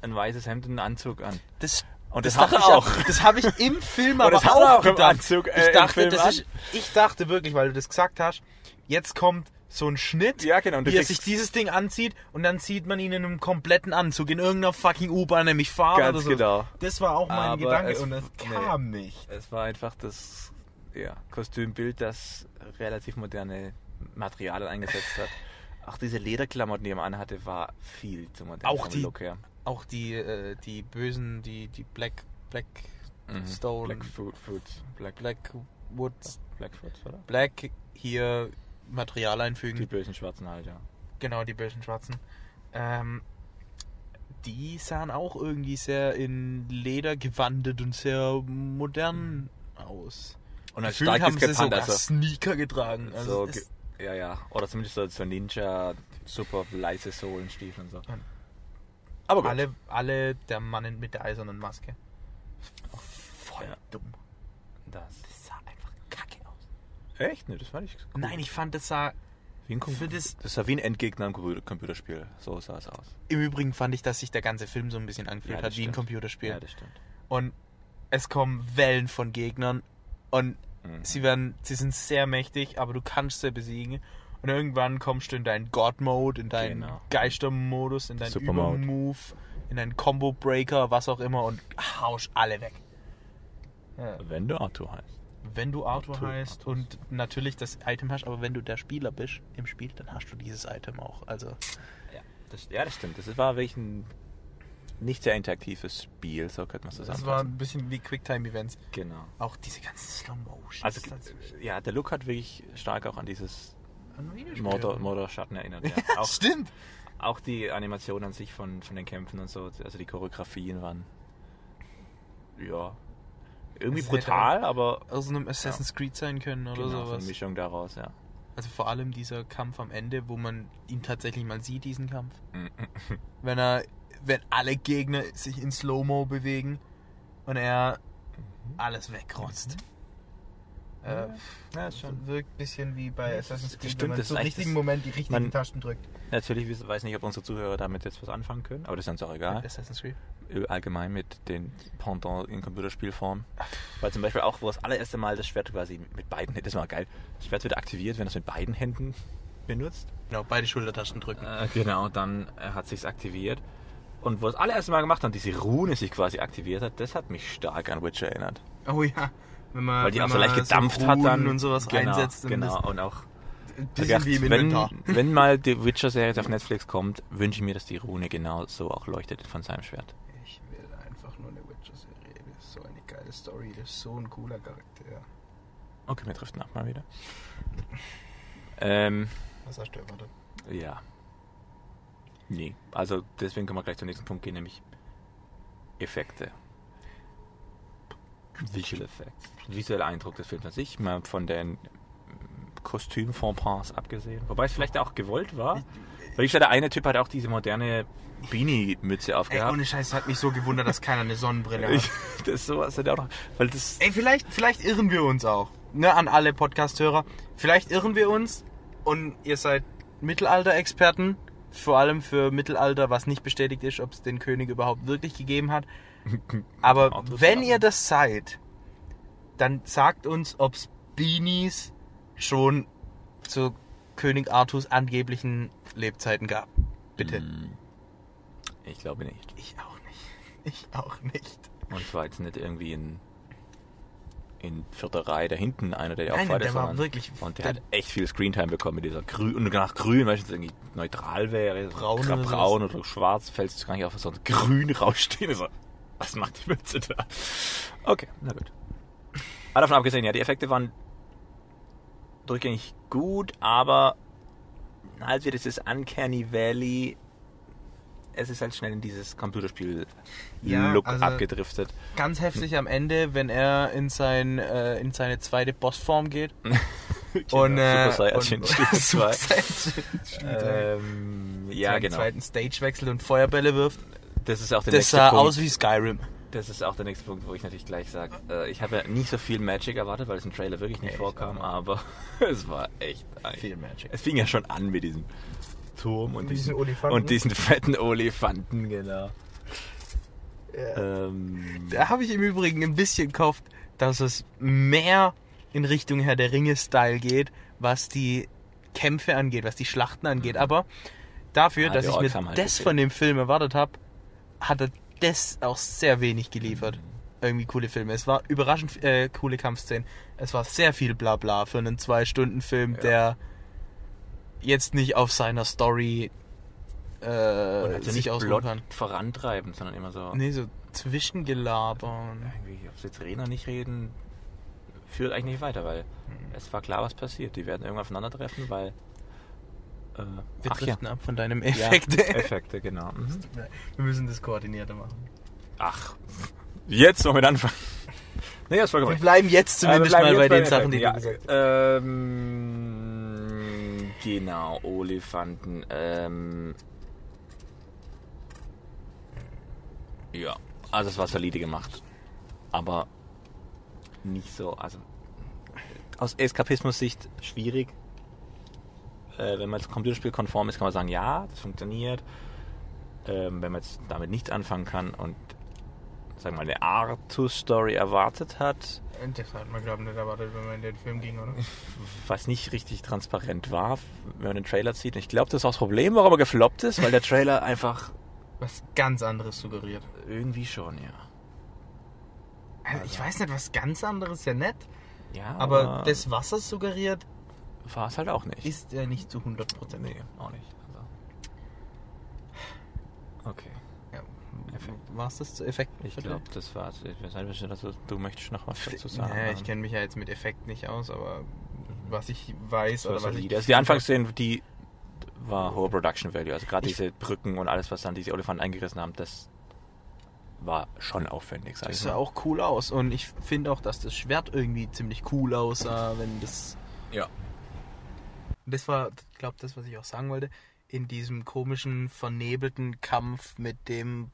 Speaker 2: ein weißes Hemd und einen Anzug an.
Speaker 4: Das,
Speaker 2: Und das
Speaker 4: dachte
Speaker 2: hat
Speaker 4: ich
Speaker 2: er auch.
Speaker 4: ab- Das habe ich im Film
Speaker 2: Und
Speaker 4: aber
Speaker 2: das hat er
Speaker 4: auch
Speaker 2: auch im
Speaker 4: gedacht.
Speaker 2: Anzug, äh,
Speaker 4: ich,
Speaker 2: im
Speaker 4: dachte,
Speaker 2: Film
Speaker 4: das
Speaker 2: an.
Speaker 4: ist, ich dachte wirklich, weil du das gesagt hast, jetzt kommt so ein Schnitt,
Speaker 2: Ja, genau, und du
Speaker 4: wie er
Speaker 2: kriegst-
Speaker 4: sich dieses Ding anzieht und dann sieht man ihn in einem kompletten Anzug, in irgendeiner fucking U-Bahn, nämlich Fahrer
Speaker 2: Ganz
Speaker 4: oder so.
Speaker 2: genau.
Speaker 4: Das war auch mein
Speaker 2: Aber
Speaker 4: Gedanke
Speaker 2: es-
Speaker 4: und das
Speaker 2: nee.
Speaker 4: kam nicht.
Speaker 2: Es war einfach das ja, Kostümbild, das relativ moderne Materialien
Speaker 4: [LAUGHS]
Speaker 2: eingesetzt hat. Auch diese Lederklamotten, die er anhatte, war viel zu modern.
Speaker 4: Auch
Speaker 2: vom
Speaker 4: die-
Speaker 2: Look her.
Speaker 4: Auch die, äh, die Bösen, die, die Black, Black
Speaker 2: Mhm.
Speaker 4: Stone,
Speaker 2: Blackfoot, Foot, Black,
Speaker 4: Blackwood,
Speaker 2: Blackfoot, oder?
Speaker 4: Black hier Material einfügen.
Speaker 2: Die bösen Schwarzen halt, ja.
Speaker 4: Genau, die bösen Schwarzen. Ähm, die sahen auch irgendwie sehr in Leder gewandet und sehr
Speaker 2: Mhm.
Speaker 4: modern aus.
Speaker 2: Und als
Speaker 4: Gefühlt
Speaker 2: starkes
Speaker 4: haben sie
Speaker 2: Gepant,
Speaker 4: sogar
Speaker 2: also.
Speaker 4: Sneaker getragen.
Speaker 2: So,
Speaker 4: Also
Speaker 2: ge-
Speaker 4: es-
Speaker 2: ja, ja. Oder zumindest so, so Ninja, super leise Sohlenstiefel und so. Aber gut.
Speaker 4: alle, alle der Mann in- mit der eisernen Maske. Voll
Speaker 2: Ja.
Speaker 4: dumm.
Speaker 2: Das.
Speaker 4: Das sah einfach kacke aus.
Speaker 2: Echt? Ne, das fand ich gut.
Speaker 4: Nein, ich fand, das sah
Speaker 2: Wie ein Kom-
Speaker 4: für das-
Speaker 2: das war wie ein Endgegner im Computer- Computerspiel. So sah es aus.
Speaker 4: Im Übrigen fand ich, dass sich der ganze Film so ein bisschen angefühlt
Speaker 2: Ja, das
Speaker 4: hat wie ein
Speaker 2: stimmt.
Speaker 4: Computerspiel.
Speaker 2: Ja, das stimmt.
Speaker 4: und es kommen Wellen von Gegnern und
Speaker 2: Mhm.
Speaker 4: sie werden, sie sind sehr mächtig, aber du kannst sie besiegen. Und irgendwann kommst du in deinen God-Mode, in deinen
Speaker 2: Genau.
Speaker 4: Geister-Modus, in deinen
Speaker 2: Super-Mode.
Speaker 4: Über-Move, in deinen Combo-Breaker, was auch immer und haust alle weg.
Speaker 2: Wenn du Arthur heißt.
Speaker 4: Wenn du Arthur
Speaker 2: Arthur,
Speaker 4: heißt
Speaker 2: Arthur.
Speaker 4: und natürlich das Item hast, aber wenn du der Spieler bist im Spiel, dann hast du dieses Item auch. Also
Speaker 2: Ja, das, ja, das stimmt. Das war wirklich ein nicht sehr interaktives Spiel, so könnte man es zusammenfassen.
Speaker 4: bisschen wie Quicktime-Events.
Speaker 2: Genau.
Speaker 4: Auch diese ganzen Slow-Motion.
Speaker 2: Also, ja, der Look hat wirklich stark auch an dieses Mordor, Mordor Schatten erinnert. [LAUGHS] Ja. Auch,
Speaker 4: Stimmt.
Speaker 2: auch die Animation an sich von, von den Kämpfen und so, also die Choreografien waren, ja, irgendwie
Speaker 4: Es hätte
Speaker 2: brutal, aber
Speaker 4: aus einem Assassin's Creed sein können oder
Speaker 2: genau, so eine
Speaker 4: sowas.
Speaker 2: Mischung daraus, ja.
Speaker 4: also vor allem dieser Kampf am Ende, wo man ihn tatsächlich mal sieht, diesen
Speaker 2: [LAUGHS]
Speaker 4: Kampf. wenn er, wenn alle Gegner sich in Slow-Mo bewegen und er
Speaker 2: Mhm.
Speaker 4: alles wegrotzt. Äh,
Speaker 2: Ja, ist schon.
Speaker 4: wirkt ein bisschen wie bei Assassin's
Speaker 2: das stimmt, das ist eigentlich das-
Speaker 4: Moment die richtigen
Speaker 2: man-
Speaker 4: Tasten drückt.
Speaker 2: Natürlich wissen- weiß nicht, ob unsere Zuhörer damit jetzt was anfangen können, aber das ist uns auch egal.
Speaker 4: Assassin's Creed.
Speaker 2: äh, allgemein mit den Pendant in Computerspielform. Weil zum Beispiel auch, wo das allererste Mal das Schwert quasi mit beiden Händen, das war geil, das Schwert wird aktiviert, wenn du es mit beiden Händen benutzt.
Speaker 4: Genau, beide Schultertasten drücken.
Speaker 2: Äh, genau, dann äh, hat sich's aktiviert. Und wo es allererste Mal gemacht haben, diese Rune sich quasi aktiviert hat, das hat mich stark an Witcher erinnert.
Speaker 4: Oh ja. Wenn man,
Speaker 2: Weil die
Speaker 4: wenn
Speaker 2: auch so leicht
Speaker 4: man
Speaker 2: gedampft
Speaker 4: so
Speaker 2: hat dann.
Speaker 4: Runen und sowas
Speaker 2: genau,
Speaker 4: einsetzt. und
Speaker 2: Genau,
Speaker 4: das-
Speaker 2: und auch.
Speaker 4: Ein
Speaker 2: Ich
Speaker 4: bisschen
Speaker 2: hab
Speaker 4: wie im
Speaker 2: gedacht, wenn,
Speaker 4: Inventar.
Speaker 2: wenn mal die Witcher-Serie jetzt auf Netflix kommt, wünsche ich mir, dass die Rune genau so auch leuchtet von seinem Schwert.
Speaker 4: Ich will einfach nur eine Witcher-Serie. Das ist so eine geile Story. Das ist so ein cooler Charakter.
Speaker 2: Okay, wir driften auch mal wieder. Ähm,
Speaker 4: Was hast du erwartet?
Speaker 2: Ja. Nee. Also deswegen können wir gleich zum nächsten Punkt gehen, nämlich Effekte. Visual Effects. Visueller Eindruck des Films an sich, mal von den Kostümfonds abgesehen. Wobei es vielleicht auch gewollt war. Weil ich der eine Typ hat auch diese moderne Beanie-Mütze
Speaker 4: Ey,
Speaker 2: aufgehabt.
Speaker 4: ohne Scheiß, hat mich so gewundert, dass keiner eine Sonnenbrille
Speaker 2: Ich-
Speaker 4: hat.
Speaker 2: [LAUGHS] das sowas hat er auch noch. Weil das.
Speaker 4: Ey, vielleicht, vielleicht irren wir uns auch. Ne, an alle Podcast-Hörer. Vielleicht irren wir uns und ihr seid Mittelalter-Experten. Vor allem für Mittelalter, was nicht bestätigt ist, ob es den König überhaupt wirklich gegeben hat. Aber
Speaker 2: Autos
Speaker 4: wenn
Speaker 2: haben.
Speaker 4: ihr das seid, dann sagt uns, ob es Beanies schon zu König Artus angeblichen Lebzeiten gab. Bitte.
Speaker 2: Ich glaube nicht.
Speaker 4: Ich auch nicht. Ich auch nicht.
Speaker 2: Und zwar jetzt nicht irgendwie in, in vierter Reihe da hinten einer, der auch
Speaker 4: Nein,
Speaker 2: weiter
Speaker 4: der war
Speaker 2: sondern-
Speaker 4: wirklich-
Speaker 2: Und der,
Speaker 4: der-
Speaker 2: hat echt viel Screentime bekommen mit dieser grün und nach grün, weil es irgendwie neutral wäre,
Speaker 4: Braun
Speaker 2: gra-
Speaker 4: oder sowas.
Speaker 2: braun oder schwarz, fällt es gar nicht auf, sondern grün rausstehen. So, was macht die Mütze da? Okay, na gut. Aber davon abgesehen, ja, die Effekte waren durchgängig gut, aber halt wie dieses Uncanny Valley, es ist halt schnell in dieses Computerspiel-Look
Speaker 4: Ja, also-
Speaker 2: abgedriftet.
Speaker 4: Ganz heftig am Ende, wenn er in, sein, äh, in seine zweite Bossform
Speaker 2: [LAUGHS]
Speaker 4: geht. und,
Speaker 2: Genau, Super
Speaker 4: äh, [LAUGHS]
Speaker 2: Saiyajin
Speaker 4: und,
Speaker 2: Stufe
Speaker 4: Super
Speaker 2: 2.
Speaker 4: Saiyajin Stufe zwei.
Speaker 2: Ähm, ja,
Speaker 4: Seinen
Speaker 2: genau.
Speaker 4: zweiten Stage wechselt und Feuerbälle wirft.
Speaker 2: Das ist auch der
Speaker 4: Das
Speaker 2: nächste
Speaker 4: sah
Speaker 2: Punkt.
Speaker 4: aus wie Skyrim.
Speaker 2: das ist auch der nächste Punkt, wo ich natürlich gleich sage, äh, ich habe ja nicht so viel Magic erwartet, weil es im Trailer wirklich nicht
Speaker 4: Echt, Ah.
Speaker 2: vorkam, aber [LAUGHS] es war echt ein-
Speaker 4: Viel Magic.
Speaker 2: Es fing ja schon an mit diesem Turm und
Speaker 4: diesen
Speaker 2: diesen,
Speaker 4: Olifanten.
Speaker 2: und diesen fetten Olifanten, genau. Ähm,
Speaker 4: Da habe ich im Übrigen ein bisschen gehofft, dass es mehr in Richtung Herr der Ringe-Style geht, was die Kämpfe angeht, was die Schlachten angeht. Aber dafür,
Speaker 2: Ja,
Speaker 4: dass
Speaker 2: Mhm. die
Speaker 4: ich mir
Speaker 2: Orks haben halt
Speaker 4: das
Speaker 2: gefehlt.
Speaker 4: von dem Film erwartet habe, hat er das auch sehr wenig
Speaker 2: Mhm.
Speaker 4: geliefert. Irgendwie coole Filme. Es war überraschend äh, coole Kampfszenen. Es war sehr viel Blabla für einen Zwei-Stunden-Film, der jetzt nicht auf seiner Story
Speaker 2: Und
Speaker 4: äh,
Speaker 2: also
Speaker 4: sich
Speaker 2: nicht
Speaker 4: ausruhen
Speaker 2: blott
Speaker 4: kann.
Speaker 2: vorantreiben, sondern immer so,
Speaker 4: Nee, so Zwischengelaber. und-
Speaker 2: irgendwie, ob sie jetzt reden oder nicht reden, führt eigentlich nicht weiter, weil
Speaker 4: Hm.
Speaker 2: es war klar, was passiert. Die werden irgendwann aufeinandertreffen,
Speaker 4: [LAUGHS]
Speaker 2: weil. Äh,
Speaker 4: Wir
Speaker 2: ach ja.
Speaker 4: driften ab von deinem
Speaker 2: Ja,
Speaker 4: Effekt.
Speaker 2: Effekte, genau. Mhm.
Speaker 4: [LAUGHS] Wir müssen das koordinierter machen.
Speaker 2: Ach. Jetzt wollen wir dann anfangen. Nee, das war
Speaker 4: Wir
Speaker 2: gemeint.
Speaker 4: bleiben jetzt zumindest
Speaker 2: Aber bleiben
Speaker 4: mal bei
Speaker 2: Äh, wir
Speaker 4: den
Speaker 2: jetzt
Speaker 4: Sachen, die
Speaker 2: ja,
Speaker 4: du gesagt hast.
Speaker 2: Ähm, genau, Olifanten. Ähm, ja, also es war solide gemacht. Aber nicht so, also aus Eskapismus-Sicht schwierig. Äh, wenn man jetzt Computerspiel konform ist, kann man sagen, ja, das funktioniert. Ähm, wenn man jetzt damit nichts anfangen kann und sagen wir mal eine Artus-Story erwartet hat,
Speaker 4: Das hat man, glaube ich, nicht erwartet, wenn man in den Film
Speaker 2: [LAUGHS]
Speaker 4: ging, oder?
Speaker 2: was nicht richtig transparent war, wenn man den Trailer sieht. Und ich glaube, das ist auch das Problem, warum er gefloppt ist, weil der Trailer einfach
Speaker 4: Was ganz anderes suggeriert.
Speaker 2: irgendwie schon, ja.
Speaker 4: Also, ich weiß nicht, was ganz anderes ja nett,
Speaker 2: Ja,
Speaker 4: aber das, was es suggeriert,
Speaker 2: war es halt auch nicht.
Speaker 4: ist ja nicht zu 100%.
Speaker 2: nee, auch nicht. Also. Okay.
Speaker 4: Ja. War es das zu Effekten?
Speaker 2: Ich glaube, das war's. Ich weiß nicht, dass du, du möchtest noch was dazu sagen. Mhm.
Speaker 4: Naja, ich kenne mich ja jetzt mit Effekten nicht aus, aber was ich weiß oder
Speaker 2: das
Speaker 4: was ich...
Speaker 2: also die Anfangsszenen, die war hoher Production Value. Also gerade diese Brücken und alles, was dann diese Elefanten eingerissen haben, das war schon aufwendig. Sag
Speaker 4: Das
Speaker 2: ich
Speaker 4: sah
Speaker 2: mal.
Speaker 4: auch cool aus und ich finde auch, dass das Schwert irgendwie ziemlich cool aussah, wenn das.
Speaker 2: Ja.
Speaker 4: Das war, glaube das, was ich auch sagen wollte. In diesem komischen, vernebelten Kampf mit dem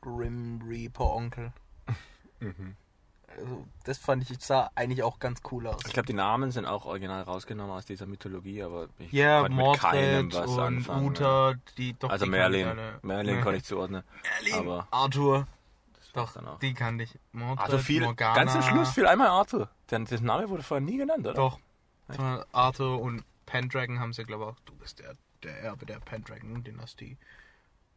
Speaker 4: Grim Reaper
Speaker 2: [LAUGHS]
Speaker 4: Onkel.
Speaker 2: Mhm.
Speaker 4: Also, das fand ich, sah eigentlich auch ganz cool aus.
Speaker 2: Ich glaube, die Namen sind auch original rausgenommen aus dieser Mythologie, aber ich
Speaker 4: Ja,
Speaker 2: konnte
Speaker 4: Mordred und Uta, die doch
Speaker 2: ne? Also
Speaker 4: die
Speaker 2: Merlin.
Speaker 4: kannte ich alle.
Speaker 2: Merlin konnte ich zuordnen.
Speaker 4: Merlin,
Speaker 2: aber-
Speaker 4: Arthur. Doch,
Speaker 2: dann auch.
Speaker 4: die kannte ich. Mordred,
Speaker 2: Arthur fiel,
Speaker 4: Morgana.
Speaker 2: ganz zum Also Schluss fiel einmal Arthur. Denn das Name wurde vorher nie genannt, oder?
Speaker 4: Doch. Sondern Arthur und Pendragon haben sie, glaube ich, auch, du bist der, der Erbe der Pendragon-Dynastie.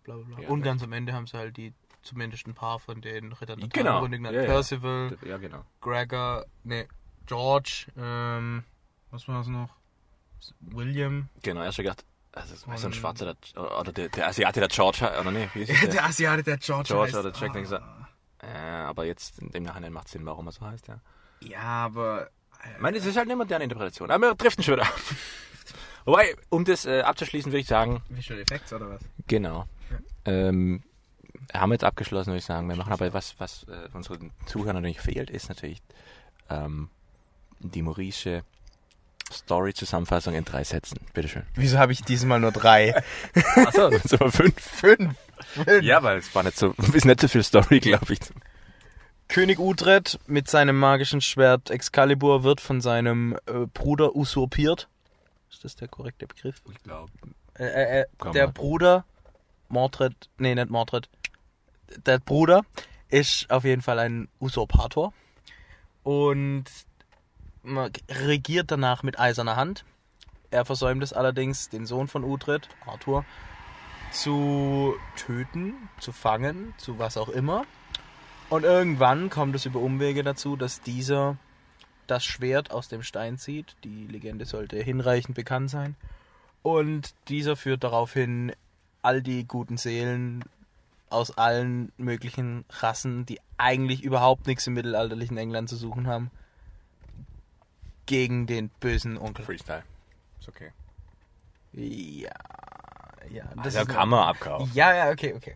Speaker 4: Bla, bla, bla.
Speaker 2: Ja,
Speaker 4: und
Speaker 2: ja.
Speaker 4: ganz am Ende haben sie halt die, zumindest ein paar von den Rittern der
Speaker 2: Genau.
Speaker 4: Tauben genannt.
Speaker 2: Ja, ja.
Speaker 4: Percival,
Speaker 2: Ja, genau.
Speaker 4: Gregor, ne, George, ähm, was war es noch? William.
Speaker 2: Genau, erst gedacht, das ist so ein
Speaker 4: Und-
Speaker 2: schwarzer, der, oder der, der Asiate, der George, oder nee,
Speaker 4: [LAUGHS]
Speaker 2: wie ist
Speaker 4: [LAUGHS]
Speaker 2: der?
Speaker 4: Der Asiate, der George.
Speaker 2: George
Speaker 4: heißt.
Speaker 2: oder Jack, denkst du,
Speaker 4: Ah.
Speaker 2: äh, aber jetzt im Nachhinein macht es Sinn, warum er so heißt, ja.
Speaker 4: Ja, aber.
Speaker 2: Ich meine, es ist halt eine moderne Interpretation, aber wir driften schon wieder ab. [LAUGHS] Wobei, um das äh, abzuschließen, würde ich sagen,
Speaker 4: Visual Effects oder was?
Speaker 2: Genau. Ähm, haben wir jetzt abgeschlossen, würde ich sagen. Wir machen aber was, was äh, unseren Zuhörern natürlich fehlt, ist natürlich ähm, die Maurice Story-Zusammenfassung in drei Sätzen. Bitteschön.
Speaker 4: Wieso habe ich diesmal nur drei?
Speaker 2: [LAUGHS] Achso, das sind aber fünf.
Speaker 4: [LAUGHS] Fünf.
Speaker 2: Ja, weil es war nicht so, [LAUGHS] ist nicht so viel Story, glaube ich.
Speaker 4: König Utred mit seinem magischen Schwert Excalibur wird von seinem äh, Bruder usurpiert. Ist das der korrekte Begriff?
Speaker 2: Ich glaube.
Speaker 4: Äh, äh, äh,
Speaker 2: Kann
Speaker 4: der
Speaker 2: man.
Speaker 4: Bruder Mordred, nee, nicht Mordred. Der Bruder ist auf jeden Fall ein Usurpator und man regiert danach mit eiserner Hand. Er versäumt es allerdings, den Sohn von Utrid, Arthur, zu töten, zu fangen, zu was auch immer. Und irgendwann kommt es über Umwege dazu, dass dieser das Schwert aus dem Stein zieht. Die Legende sollte hinreichend bekannt sein. Und dieser führt daraufhin all die guten Seelen aus allen möglichen Rassen, die eigentlich überhaupt nichts im mittelalterlichen England zu suchen haben, gegen den bösen Onkel.
Speaker 2: Freestyle. Ist okay.
Speaker 4: Ja, ja. Das
Speaker 2: Also
Speaker 4: ist-
Speaker 2: kann man abkaufen.
Speaker 4: Ja, ja, okay, okay.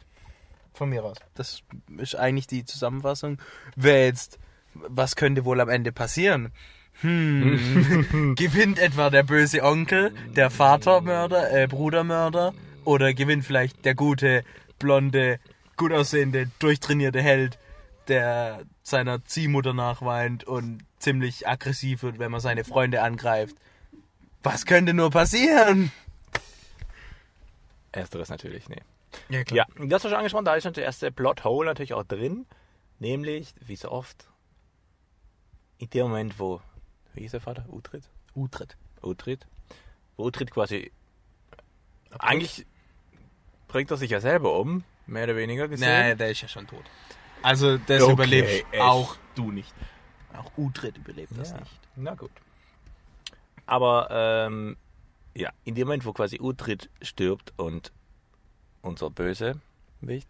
Speaker 4: Von mir aus. Das ist eigentlich die Zusammenfassung. Wer jetzt, was könnte wohl am Ende passieren? [LAUGHS] Hm. gewinnt etwa der böse Onkel, der Vatermörder, äh, Brudermörder? Oder gewinnt vielleicht der gute, blonde, gut aussehende, durchtrainierte Held, der seiner Ziehmutter nachweint und ziemlich aggressiv wird, wenn man seine Freunde angreift? Was könnte nur passieren?
Speaker 2: Ersteres natürlich, nee.
Speaker 4: Ja,
Speaker 2: Ja, das war schon angesprochen, da ist schon der erste Plothole natürlich auch drin, nämlich, wie so oft, in dem Moment, wo, wie hieß der Vater? Utrid?
Speaker 4: Utrecht.
Speaker 2: Utrid, Rohtritt quasi. Eigentlich bringt er sich ja selber um, mehr oder weniger gesehen.
Speaker 4: Nein, der ist ja schon tot. Also, das
Speaker 2: Okay,
Speaker 4: überlebt
Speaker 2: echt.
Speaker 4: auch du nicht. Auch Utrecht überlebt das
Speaker 2: Ja.
Speaker 4: nicht.
Speaker 2: Na gut. Aber ähm, ja, in dem Moment, wo quasi Utrid stirbt und unser Böse, Wicht,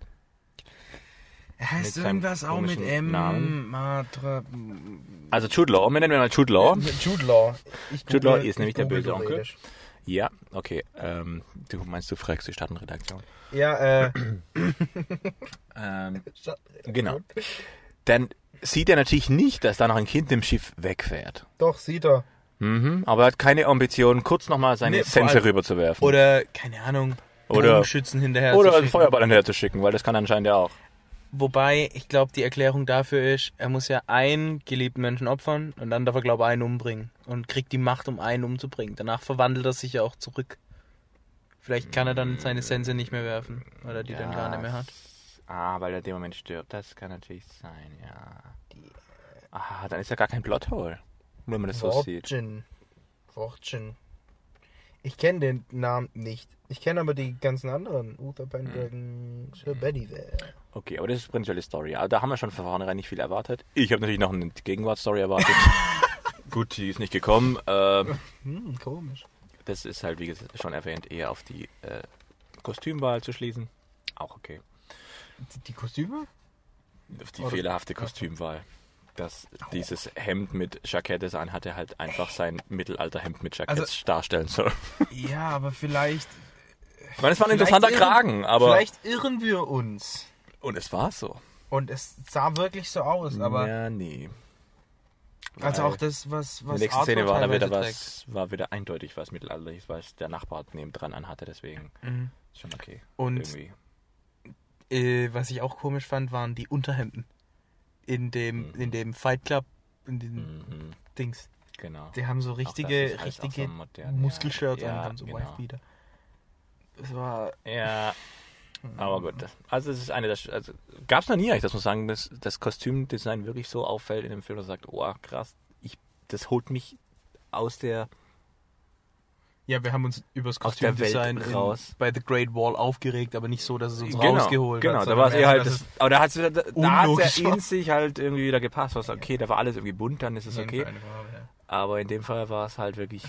Speaker 4: Heißt
Speaker 2: seinem irgendwas auch mit komischen M, Namen.
Speaker 4: Matra,
Speaker 2: also Jude Law, wir nennen ihn mal Jude
Speaker 4: [LAUGHS]
Speaker 2: Law.
Speaker 4: Jude Law. Ich
Speaker 2: Jude Law
Speaker 4: google-
Speaker 2: ist nämlich
Speaker 4: ich
Speaker 2: der
Speaker 4: google
Speaker 2: böse Onkel.
Speaker 4: Norwegisch.
Speaker 2: Ja, okay. Ähm, du meinst, du fragst die Stadtenredaktion.
Speaker 4: Ja, äh,
Speaker 2: Ähm, genau. Dann sieht er natürlich nicht, dass da noch ein Kind im Schiff wegfährt.
Speaker 4: doch, sieht er.
Speaker 2: Mhm, aber er hat keine Ambition, kurz nochmal seine
Speaker 4: Nee, vor
Speaker 2: Sense
Speaker 4: allem-
Speaker 2: rüberzuwerfen.
Speaker 4: Oder, keine Ahnung,
Speaker 2: Oder-
Speaker 4: Bogenschützen hinterher
Speaker 2: Oder
Speaker 4: zu
Speaker 2: einen
Speaker 4: schicken.
Speaker 2: Feuerball hinterherzuschicken, weil das kann anscheinend ja auch.
Speaker 4: Wobei, ich glaube, die Erklärung dafür ist, er muss ja einen geliebten Menschen opfern und dann darf er, glaube ich, einen umbringen. Und kriegt die Macht, um einen umzubringen. Danach verwandelt er sich ja auch zurück. Vielleicht kann er dann seine Sense nicht mehr werfen, weil er die dann gar nicht mehr hat.
Speaker 2: Ah, weil er in dem Moment stirbt. Das kann natürlich sein, ja. Ah, dann ist ja gar kein Plothole, wenn man das so sieht.
Speaker 4: Wortchen. Wortchen. Ich kenne den Namen nicht. Ich kenne aber die ganzen anderen. Uther Pendragon,
Speaker 2: Mm.
Speaker 4: Sir Bedivere.
Speaker 2: Okay, aber das ist prinzipiell die Story. Aber da haben wir schon von vornherein nicht viel erwartet. Ich habe natürlich noch eine Gegenwartsstory
Speaker 4: [LAUGHS]
Speaker 2: erwartet. Gut, die ist nicht gekommen. Ähm,
Speaker 4: Hm, komisch.
Speaker 2: das ist halt, wie gesagt, schon erwähnt, eher auf die äh, Kostümwahl zu schließen. Auch okay.
Speaker 4: Die, die Kostüme?
Speaker 2: Auf
Speaker 4: Oh,
Speaker 2: die fehlerhafte Kostümwahl. Dass dieses Hemd mit Jackett, das er anhatte, halt einfach sein Mittelalterhemd mit Jackett
Speaker 4: Also- [LAUGHS]
Speaker 2: darstellen soll.
Speaker 4: Ja, aber vielleicht.
Speaker 2: Ich meine, es war ein
Speaker 4: Vielleicht
Speaker 2: interessanter
Speaker 4: irren-
Speaker 2: Kragen, aber.
Speaker 4: Vielleicht irren wir uns.
Speaker 2: Und es war so.
Speaker 4: Und es sah wirklich so aus, aber.
Speaker 2: ja, nee.
Speaker 4: Also
Speaker 2: Weil
Speaker 4: auch das, was. was
Speaker 2: In der nächsten
Speaker 4: Arthur
Speaker 2: Szene war da
Speaker 4: teilweise
Speaker 2: wieder
Speaker 4: trägt.
Speaker 2: was, war wieder eindeutig was Mittelalterliches, was der Nachbar nebendran anhatte, deswegen
Speaker 4: Mhm.
Speaker 2: ist schon okay.
Speaker 4: Und-
Speaker 2: irgendwie.
Speaker 4: Äh, was ich auch komisch fand, waren die Unterhemden. In dem, in dem Fight Club, in den
Speaker 2: Mhm,
Speaker 4: Dings.
Speaker 2: genau.
Speaker 4: Die haben so
Speaker 2: das ist
Speaker 4: richtige,
Speaker 2: alles auch
Speaker 4: richtige
Speaker 2: so modern, ja.
Speaker 4: Muskelshirts
Speaker 2: Ja,
Speaker 4: an, dann so
Speaker 2: genau.
Speaker 4: Wifebeater. Das war.
Speaker 2: Ja. Aber gut. Also es ist eine der sch- also gab es noch nie, eigentlich, dass man sagen, dass das Kostümdesign wirklich so auffällt in dem Film, dass man sagt, oh krass, ich, das holt mich aus der
Speaker 4: Ja, wir haben uns über das
Speaker 2: Aus der Welt
Speaker 4: Kostümdesign in-
Speaker 2: raus.
Speaker 4: bei The Great Wall aufgeregt, aber nicht so, dass es uns rausgeholt
Speaker 2: genau,
Speaker 4: hat.
Speaker 2: da war es
Speaker 4: sondern
Speaker 2: eher halt,
Speaker 4: dass
Speaker 2: das, aber da hat es da, da hat's
Speaker 4: unlogisch
Speaker 2: ja
Speaker 4: war.
Speaker 2: in sich halt irgendwie wieder gepasst. Was okay, da war alles irgendwie bunt, dann ist es
Speaker 4: es
Speaker 2: okay.
Speaker 4: eine Farbe, ja.
Speaker 2: Aber in dem Fall war es halt wirklich.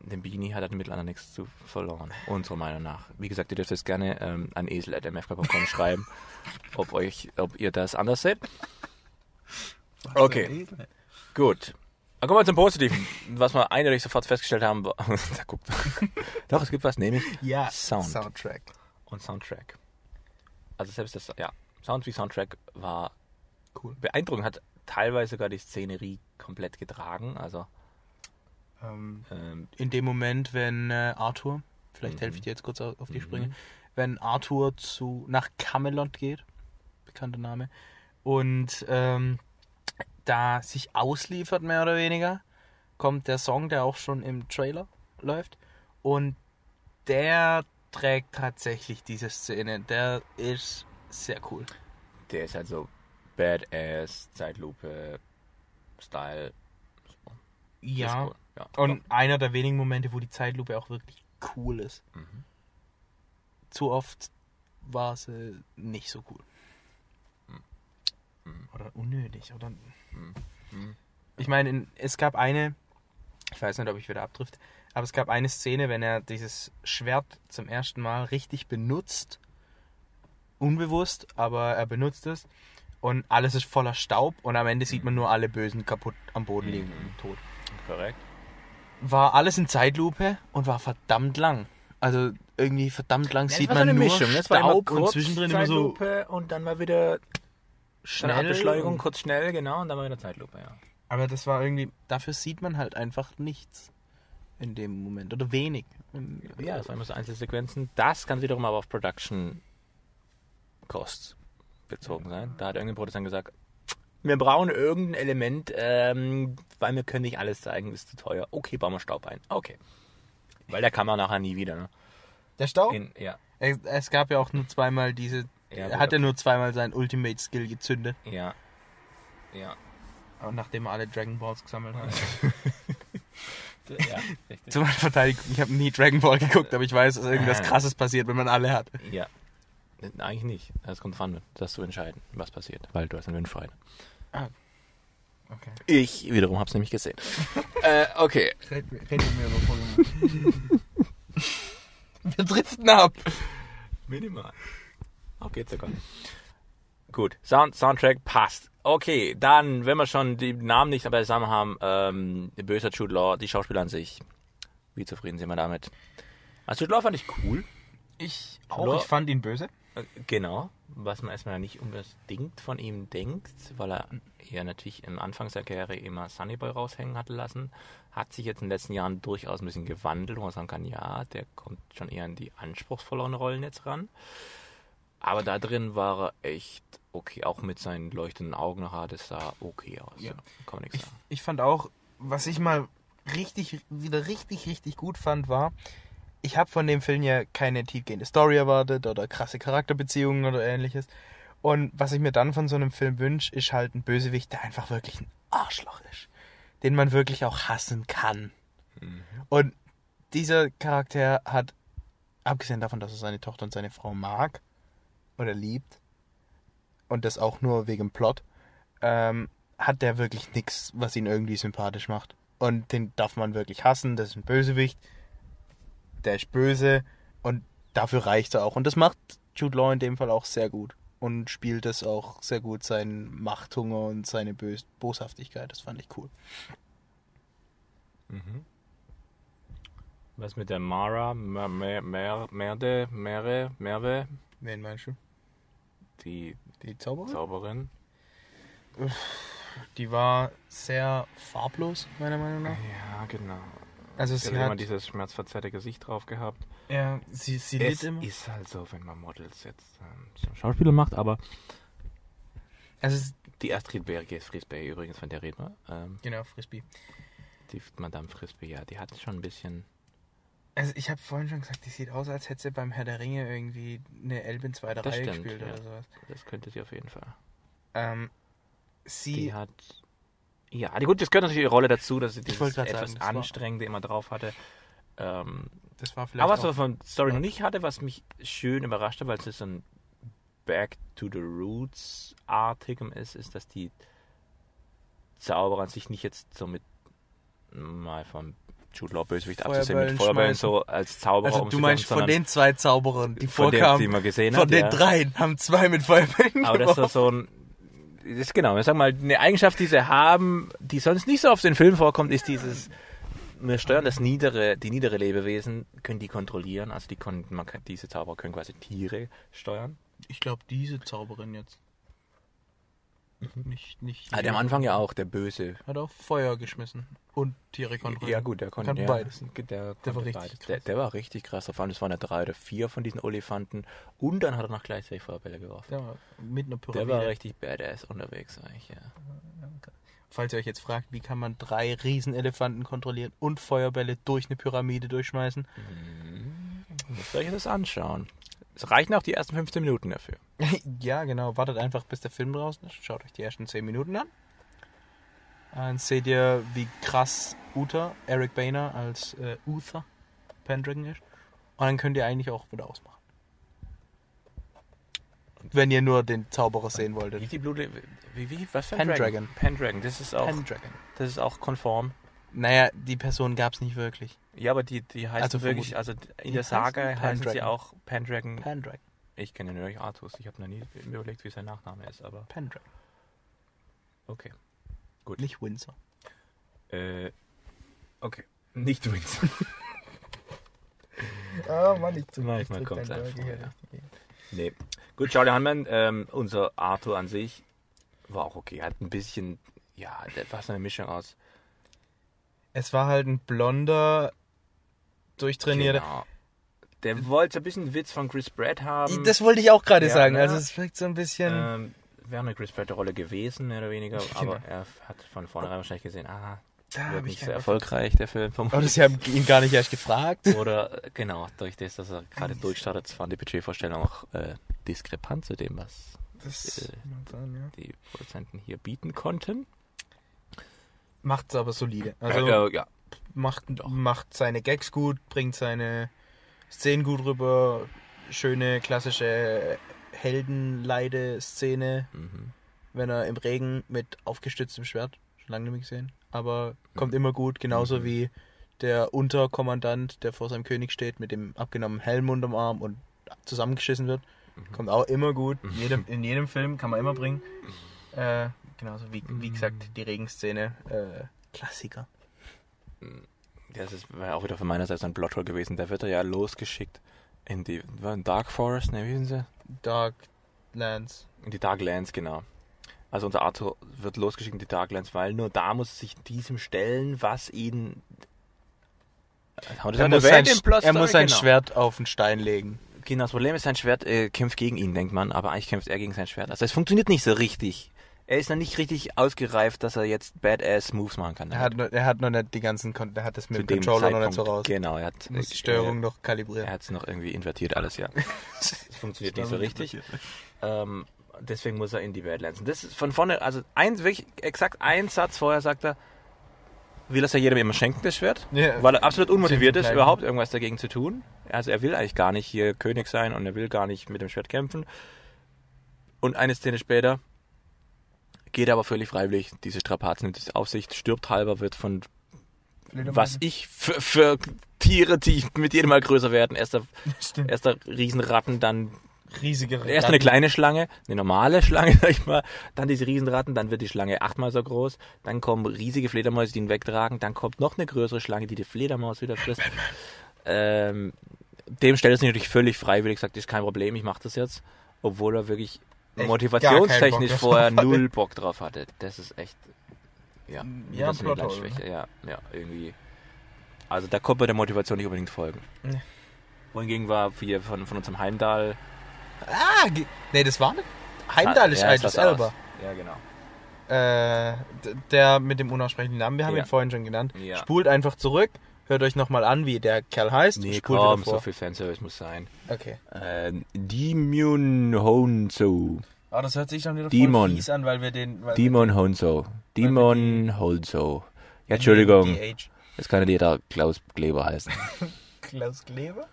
Speaker 2: Dem Beanie hat halt im Mittelalter nichts zu verloren, unserer Meinung nach. Wie gesagt, ihr dürft es gerne ähm, an esel.mfk.com
Speaker 4: [LAUGHS]
Speaker 2: schreiben, ob, euch, ob ihr das anders seht. Okay. Gut. Dann kommen wir zum Positiven. Was wir eindeutig sofort festgestellt haben, war- [LAUGHS] da
Speaker 4: [LAUGHS]
Speaker 2: guckt. Doch, es gibt was, nämlich
Speaker 4: Ja,
Speaker 2: Sound.
Speaker 4: Soundtrack.
Speaker 2: und Soundtrack. Also selbst das, ja, Sound wie Soundtrack war
Speaker 4: Cool.
Speaker 2: beeindruckend, hat teilweise sogar die Szenerie komplett getragen. Also
Speaker 4: Ähm,
Speaker 2: ähm,
Speaker 4: in dem Moment, wenn äh, Arthur, vielleicht helfe ich dir jetzt kurz au- auf die Sprünge, wenn Arthur zu nach Camelot geht, bekannter Name, und ähm, da sich ausliefert, mehr oder weniger, kommt der Song, der auch schon im Trailer läuft, und der trägt tatsächlich diese Szene. Der ist sehr cool.
Speaker 2: der ist halt so Badass, Zeitlupe, Style.
Speaker 4: Ja.
Speaker 2: Ist cool. ja.
Speaker 4: Und einer der wenigen Momente, wo die Zeitlupe auch wirklich cool ist. Zu oft war sie nicht so cool. Oder unnötig. Oder Ich meine, in- es gab eine, ich weiß nicht, ob ich wieder abdrift, aber es gab eine Szene, wenn er dieses Schwert zum ersten Mal richtig benutzt. Unbewusst, aber er benutzt es. Und alles ist voller Staub und am Ende sieht man nur alle Bösen kaputt am Boden liegen und tot
Speaker 2: doch, korrekt.
Speaker 4: war alles in Zeitlupe und war verdammt lang. Also irgendwie verdammt lang sieht man nur
Speaker 2: ne? Das war immer
Speaker 4: Staub
Speaker 2: kurz,
Speaker 4: und zwischendrin ne? immer so
Speaker 2: Zeitlupe und dann mal wieder schnell
Speaker 4: schnell.
Speaker 2: Beschleunigung,
Speaker 4: und-
Speaker 2: kurz schnell, genau, und dann mal wieder Zeitlupe, ja.
Speaker 4: Aber das war irgendwie, dafür sieht man halt einfach nichts in dem Moment oder wenig.
Speaker 2: Ja, das waren immer so Einzelsequenzen. Das kann wiederum aber auf Production Costs bezogen sein. Da hat irgendein Produzent gesagt, wir brauchen irgendein Element, ähm, weil wir können nicht alles zeigen, ist zu teuer. Okay, bauen wir Staub ein. Okay. Weil der kann man nachher nie wieder. Ne?
Speaker 4: Der Staub?
Speaker 2: In, ja,
Speaker 4: es, es gab ja auch nur zweimal diese,
Speaker 2: Ja,
Speaker 4: er
Speaker 2: gut,
Speaker 4: hat ja
Speaker 2: aber-
Speaker 4: nur zweimal seinen Ultimate Skill gezündet,
Speaker 2: ja, ja.
Speaker 4: [LAUGHS] aber nachdem er alle Dragon Balls gesammelt hat.
Speaker 2: Ja, richtig.
Speaker 4: Zu meiner Verteidigung, ich habe nie Dragon Ball geguckt, aber ich weiß, dass irgendwas Krasses passiert, wenn man alle hat.
Speaker 2: Ja. Eigentlich nicht. Es kommt dran, das zu entscheiden, was passiert, weil du hast einen Windfreien.
Speaker 4: Ah, Okay.
Speaker 2: Ich wiederum habe es
Speaker 4: [LAUGHS]
Speaker 2: nämlich gesehen. äh, okay.
Speaker 4: Red, mir über Pokémon. Wir driften ab.
Speaker 2: Minimal. Auf geht's sogar. Gut, Sound, Soundtrack passt. Okay, dann, wenn wir schon die Namen nicht dabei zusammen haben, ähm, böser Jude Law, die Schauspieler an sich. Wie zufrieden sind wir damit? Also Jude Law fand ich cool.
Speaker 4: Ich
Speaker 2: Hallo?
Speaker 4: auch. Ich fand ihn böse.
Speaker 2: Äh, Genau, was man erstmal nicht unbedingt von ihm denkt, weil er ja natürlich im Anfang seiner Karriere immer Sunnyboy raushängen hatte lassen, hat sich jetzt in den letzten Jahren durchaus ein bisschen gewandelt, wo man sagen kann, ja, der kommt schon eher an die anspruchsvolleren Rollen jetzt ran. Aber da drin war er echt okay, auch mit seinen leuchtenden Augen nachher, das sah okay aus. Ja.
Speaker 4: Ja.
Speaker 2: Kann man nichts
Speaker 4: Ich,
Speaker 2: sagen.
Speaker 4: ich fand auch, was ich mal richtig, wieder richtig, richtig gut fand, war, ich habe von dem Film ja keine tiefgehende Story erwartet oder krasse Charakterbeziehungen oder ähnliches. Und was ich mir dann von so einem Film wünsche, ist halt ein Bösewicht, der einfach wirklich ein Arschloch ist. Den man wirklich auch hassen kann. Und dieser Charakter hat, abgesehen davon, dass er seine Tochter und seine Frau mag oder liebt, und das auch nur wegen Plot, ähm, hat der wirklich nichts, was ihn irgendwie sympathisch macht. Und den darf man wirklich hassen, das ist ein Bösewicht, der ist böse und dafür reicht er auch. Und das macht Jude Law in dem Fall auch sehr gut und spielt das auch sehr gut, seinen Machthunger und seine Bös Boshaftigkeit, das fand ich cool.
Speaker 2: Was mit der Mara, Mer, Mer, Mer, Merde, Mere, Merve,
Speaker 4: Wen meinst du?
Speaker 2: die
Speaker 4: Die Zauberin?
Speaker 2: Zauberin?
Speaker 4: Die war sehr farblos, meiner Meinung nach.
Speaker 2: Ja, genau.
Speaker 4: Also
Speaker 2: Sie
Speaker 4: sie
Speaker 2: hat immer
Speaker 4: hat,
Speaker 2: dieses schmerzverzerrte Gesicht drauf gehabt.
Speaker 4: ja, sie, sie
Speaker 2: Es
Speaker 4: litt immer.
Speaker 2: ist halt so, wenn man Models jetzt ähm, zum Schauspieler macht, aber
Speaker 4: Also es-
Speaker 2: die Astrid Berge, Frisbee übrigens, von der reden wir, ähm,
Speaker 4: genau, Frisbee.
Speaker 2: die Madame Frisbee, ja, die hat schon ein bisschen,
Speaker 4: Also ich habe vorhin schon gesagt, die sieht aus, als hätte sie beim Herr der Ringe irgendwie eine Elbe in zweiter
Speaker 2: Das
Speaker 4: Reihe
Speaker 2: stimmt,
Speaker 4: gespielt
Speaker 2: ja.
Speaker 4: oder sowas.
Speaker 2: das könnte sie auf jeden Fall.
Speaker 4: Ähm, sie,
Speaker 2: Die hat, ja, die, gut, das gehört natürlich ihre Rolle dazu, dass sie
Speaker 4: wollte
Speaker 2: dieses
Speaker 4: gerade
Speaker 2: etwas
Speaker 4: sagen, das war-
Speaker 2: Anstrengende immer drauf hatte. Ähm,
Speaker 4: das war vielleicht
Speaker 2: aber was wir
Speaker 4: auch,
Speaker 2: von Story noch nicht hatte, was mich schön überrascht hat, weil es so ein Back to the Roots artigem ist, ist, dass die Zauberer an sich nicht jetzt so mit mal vom Jude Law Bösewicht abzusehen mit
Speaker 4: Feuerbällen
Speaker 2: Feuerbällen
Speaker 4: schmeißen.
Speaker 2: so als Zauberer
Speaker 4: also
Speaker 2: um
Speaker 4: du
Speaker 2: sich
Speaker 4: meinst
Speaker 2: haben,
Speaker 4: von
Speaker 2: sondern
Speaker 4: den zwei Zauberern, die
Speaker 2: von den,
Speaker 4: vorkamen,
Speaker 2: die man gesehen
Speaker 4: von
Speaker 2: hat,
Speaker 4: den
Speaker 2: ja.
Speaker 4: dreien haben zwei mit Feuerbällen
Speaker 2: aber das ist so ein das ist genau, ich sag mal, eine Eigenschaft, die sie haben, die sonst nicht so oft in Filmen vorkommt, ist dieses wir steuern das niedere, die niedere Lebewesen, können die kontrollieren, also die konnten, man kann, diese Zauberer können quasi Tiere steuern.
Speaker 4: Ich glaube, diese Zauberin jetzt. Mhm. Nicht, nicht.
Speaker 2: Ah, der am Anfang ja auch, der Böse.
Speaker 4: Hat auch Feuer geschmissen und Tiere kontrolliert.
Speaker 2: Ja gut, der konnte,
Speaker 4: Kann
Speaker 2: ja,
Speaker 4: beides.
Speaker 2: Der, konnte
Speaker 4: war richtig
Speaker 2: beides.
Speaker 4: krass.
Speaker 2: Der, der war richtig krass. Vor allem, es waren ja drei oder vier von diesen Olifanten. Und dann hat er noch gleichzeitig Feuerbälle geworfen.
Speaker 4: Der war mit einer Pyramide.
Speaker 2: Der war richtig badass unterwegs eigentlich, ja.
Speaker 4: Falls ihr euch jetzt fragt, wie kann man drei Riesenelefanten kontrollieren und Feuerbälle durch eine Pyramide durchschmeißen?
Speaker 2: Müsst ihr euch das anschauen. Es reichen auch die ersten 15 Minuten dafür.
Speaker 4: ja, genau. Wartet einfach, bis der Film draußen ist. Schaut euch die ersten 10 Minuten an. Dann seht ihr, wie krass Uther, Eric Boehner als äh, Uther Pendragon ist. Und dann könnt ihr eigentlich auch wieder ausmachen. Wenn ihr nur den Zauberer sehen
Speaker 2: Wie
Speaker 4: wolltet.
Speaker 2: ist die Blutlinie? Wie, wie, was für ein
Speaker 4: Pendragon.
Speaker 2: Dragon? Pendragon. Das ist auch,
Speaker 4: Pendragon.
Speaker 2: das ist auch konform.
Speaker 4: Naja, die Person gab es nicht wirklich.
Speaker 2: Ja, aber die, die heißen
Speaker 4: Also
Speaker 2: wirklich,
Speaker 4: vermutlich-
Speaker 2: also
Speaker 4: Die
Speaker 2: in der Saga
Speaker 4: heißen
Speaker 2: heißen sie
Speaker 4: Pendragon.
Speaker 2: auch Pendragon.
Speaker 4: Pendragon.
Speaker 2: ich kenne nur Artus. Ich habe noch nie überlegt, wie sein Nachname ist, aber
Speaker 4: Pendragon.
Speaker 2: okay.
Speaker 4: Nicht Windsor.
Speaker 2: Äh, okay. Nicht Windsor.
Speaker 4: Ah, Mann, ich
Speaker 2: Manchmal kommt's einfach. Ja. [LAUGHS] Nee. Gut, Charlie Hanman, ähm, unser Arthur an sich war auch okay. Hat ein bisschen, ja, das war so eine Mischung aus.
Speaker 4: Es war halt ein blonder, durchtrainierter.
Speaker 2: Genau. Der wollte so ein bisschen Witz von Chris Pratt haben.
Speaker 4: Das wollte ich auch gerade
Speaker 2: Ja,
Speaker 4: sagen.
Speaker 2: ne?
Speaker 4: Also es wirkt so ein bisschen.
Speaker 2: ähm, Wäre eine Chris Pratt-Rolle gewesen, mehr oder weniger. Aber er hat von vornherein wahrscheinlich gesehen, ah,
Speaker 4: da
Speaker 2: wird
Speaker 4: hab ich
Speaker 2: nicht
Speaker 4: keinen
Speaker 2: so
Speaker 4: Bock.
Speaker 2: erfolgreich, der Film.
Speaker 4: Aber das, sie haben ihn gar nicht erst gefragt.
Speaker 2: Oder äh, genau, durch das, dass
Speaker 4: Ah,
Speaker 2: er gerade durchstartet, waren die Budgetvorstellungen auch äh, diskrepant zu dem, was
Speaker 4: Das
Speaker 2: Äh. die Produzenten hier bieten konnten.
Speaker 4: macht's aber solide. Also
Speaker 2: Äh, ja, ja, ja.
Speaker 4: macht, macht seine Gags gut, bringt seine Szenen gut rüber, schöne klassische Heldenleide-Szene, wenn er im Regen mit aufgestütztem Schwert, schon lange nicht mehr gesehen, aber kommt immer gut, genauso wie der Unterkommandant, der vor seinem König steht, mit dem abgenommenen Helm unterm Arm und zusammengeschissen wird, kommt auch immer gut, in jedem, in jedem Film kann man immer bringen. Äh, genauso wie, wie gesagt, die Regenszene, äh, Klassiker.
Speaker 2: Das ist war ja auch wieder von meiner Seite ein Plothole gewesen. Da wird er ja losgeschickt in die war in Dark Forest, ne, wie sind sie?
Speaker 4: Darklands.
Speaker 2: In die Darklands, genau. Also unser Arthur wird losgeschickt in die Darklands, weil nur da muss er sich diesem stellen, was ihn... Hat das
Speaker 4: Er muss, sein,
Speaker 2: erwähnt im
Speaker 4: Sch-
Speaker 2: Plot
Speaker 4: er muss
Speaker 2: Story?
Speaker 4: sein
Speaker 2: Genau.
Speaker 4: Schwert auf den Stein legen.
Speaker 2: Genau, das Problem ist, sein Schwert äh, kämpft gegen ihn, denkt man, aber eigentlich kämpft er gegen sein Schwert. Also es funktioniert nicht so richtig. Er ist noch nicht richtig ausgereift, dass er jetzt Badass Moves machen kann.
Speaker 4: Er hat, noch- er hat noch nicht die ganzen, Kon er hat das mit
Speaker 2: Zu
Speaker 4: dem
Speaker 2: dem
Speaker 4: Controller noch nicht so
Speaker 2: Zeitpunkt-
Speaker 4: raus.
Speaker 2: Genau, er hat
Speaker 4: Muss
Speaker 2: äh,
Speaker 4: die Steuerung
Speaker 2: äh,
Speaker 4: noch kalibrieren.
Speaker 2: Er hat es noch irgendwie invertiert alles, [LAUGHS] ja. Es funktioniert nicht so richtig. Ähm, deswegen muss er in die Badlands. Und Das ist von vorne, also eins, wirklich exakt ein Satz vorher sagt er, will das ja jedem immer schenken, das Schwert.
Speaker 4: Ja.
Speaker 2: Weil er absolut unmotiviert
Speaker 4: Ziemlich
Speaker 2: ist,
Speaker 4: klein.
Speaker 2: überhaupt irgendwas dagegen zu tun. Also er will eigentlich gar nicht hier König sein und er will gar nicht mit dem Schwert kämpfen. Und eine Szene später geht er aber völlig freiwillig diese Strapazen nimmt es auf sich, stirbt halber, wird von was ich für, für Tiere, die mit jedem Mal größer werden. Erst der,
Speaker 4: Stimmt.
Speaker 2: erst der Riesenratten, dann
Speaker 4: riesige
Speaker 2: erst eine kleine Schlange, eine normale Schlange, [LAUGHS] sag ich mal, dann diese Riesenratten, dann wird die Schlange achtmal so groß, dann kommen riesige Fledermäuse, die ihn wegtragen, dann kommt noch eine größere Schlange, die die Fledermaus wieder frisst. Ähm, dem stellt es sich natürlich völlig freiwillig, sagt, ist kein Problem, ich mache das jetzt, obwohl er wirklich
Speaker 4: Echt gar keinen
Speaker 2: motivationstechnisch
Speaker 4: Bock
Speaker 2: vorher
Speaker 4: drauf hatte.
Speaker 2: null Bock drauf hatte. Das ist echt
Speaker 4: Ja,
Speaker 2: ja,
Speaker 4: ne?
Speaker 2: das ist eine
Speaker 4: Plotter, oder?
Speaker 2: Schwäche. Ja, ja, irgendwie. Also da konnte man der Motivation nicht unbedingt folgen.
Speaker 4: Nee.
Speaker 2: Wohingegen war hier von, von unserem Heimdall
Speaker 4: Ah, ge- nee, das war nicht. Heimdall ist
Speaker 2: Ja,
Speaker 4: Idris
Speaker 2: das war's.
Speaker 4: Elba.
Speaker 2: Ja, genau.
Speaker 4: Äh, d- der mit dem unaussprechlichen Namen, wir haben
Speaker 2: Ja.
Speaker 4: ihn vorhin schon genannt.
Speaker 2: Ja.
Speaker 4: Spult einfach zurück, hört euch nochmal an, wie der Kerl heißt.
Speaker 2: Nee,
Speaker 4: spult
Speaker 2: komm,
Speaker 4: wieder
Speaker 2: so
Speaker 4: vor.
Speaker 2: viel Fanservice muss sein.
Speaker 4: Okay.
Speaker 2: Äh, Demon Honzo.
Speaker 4: Aber Ah, das hört sich dann wieder
Speaker 2: voll Demon. fies
Speaker 4: an, weil wir den.
Speaker 2: Demon Honzo. Demon Honzo. Ja, Entschuldigung. Das kann nicht jeder Klaus Kleber [LAUGHS] heißen.
Speaker 4: Klaus Kleber?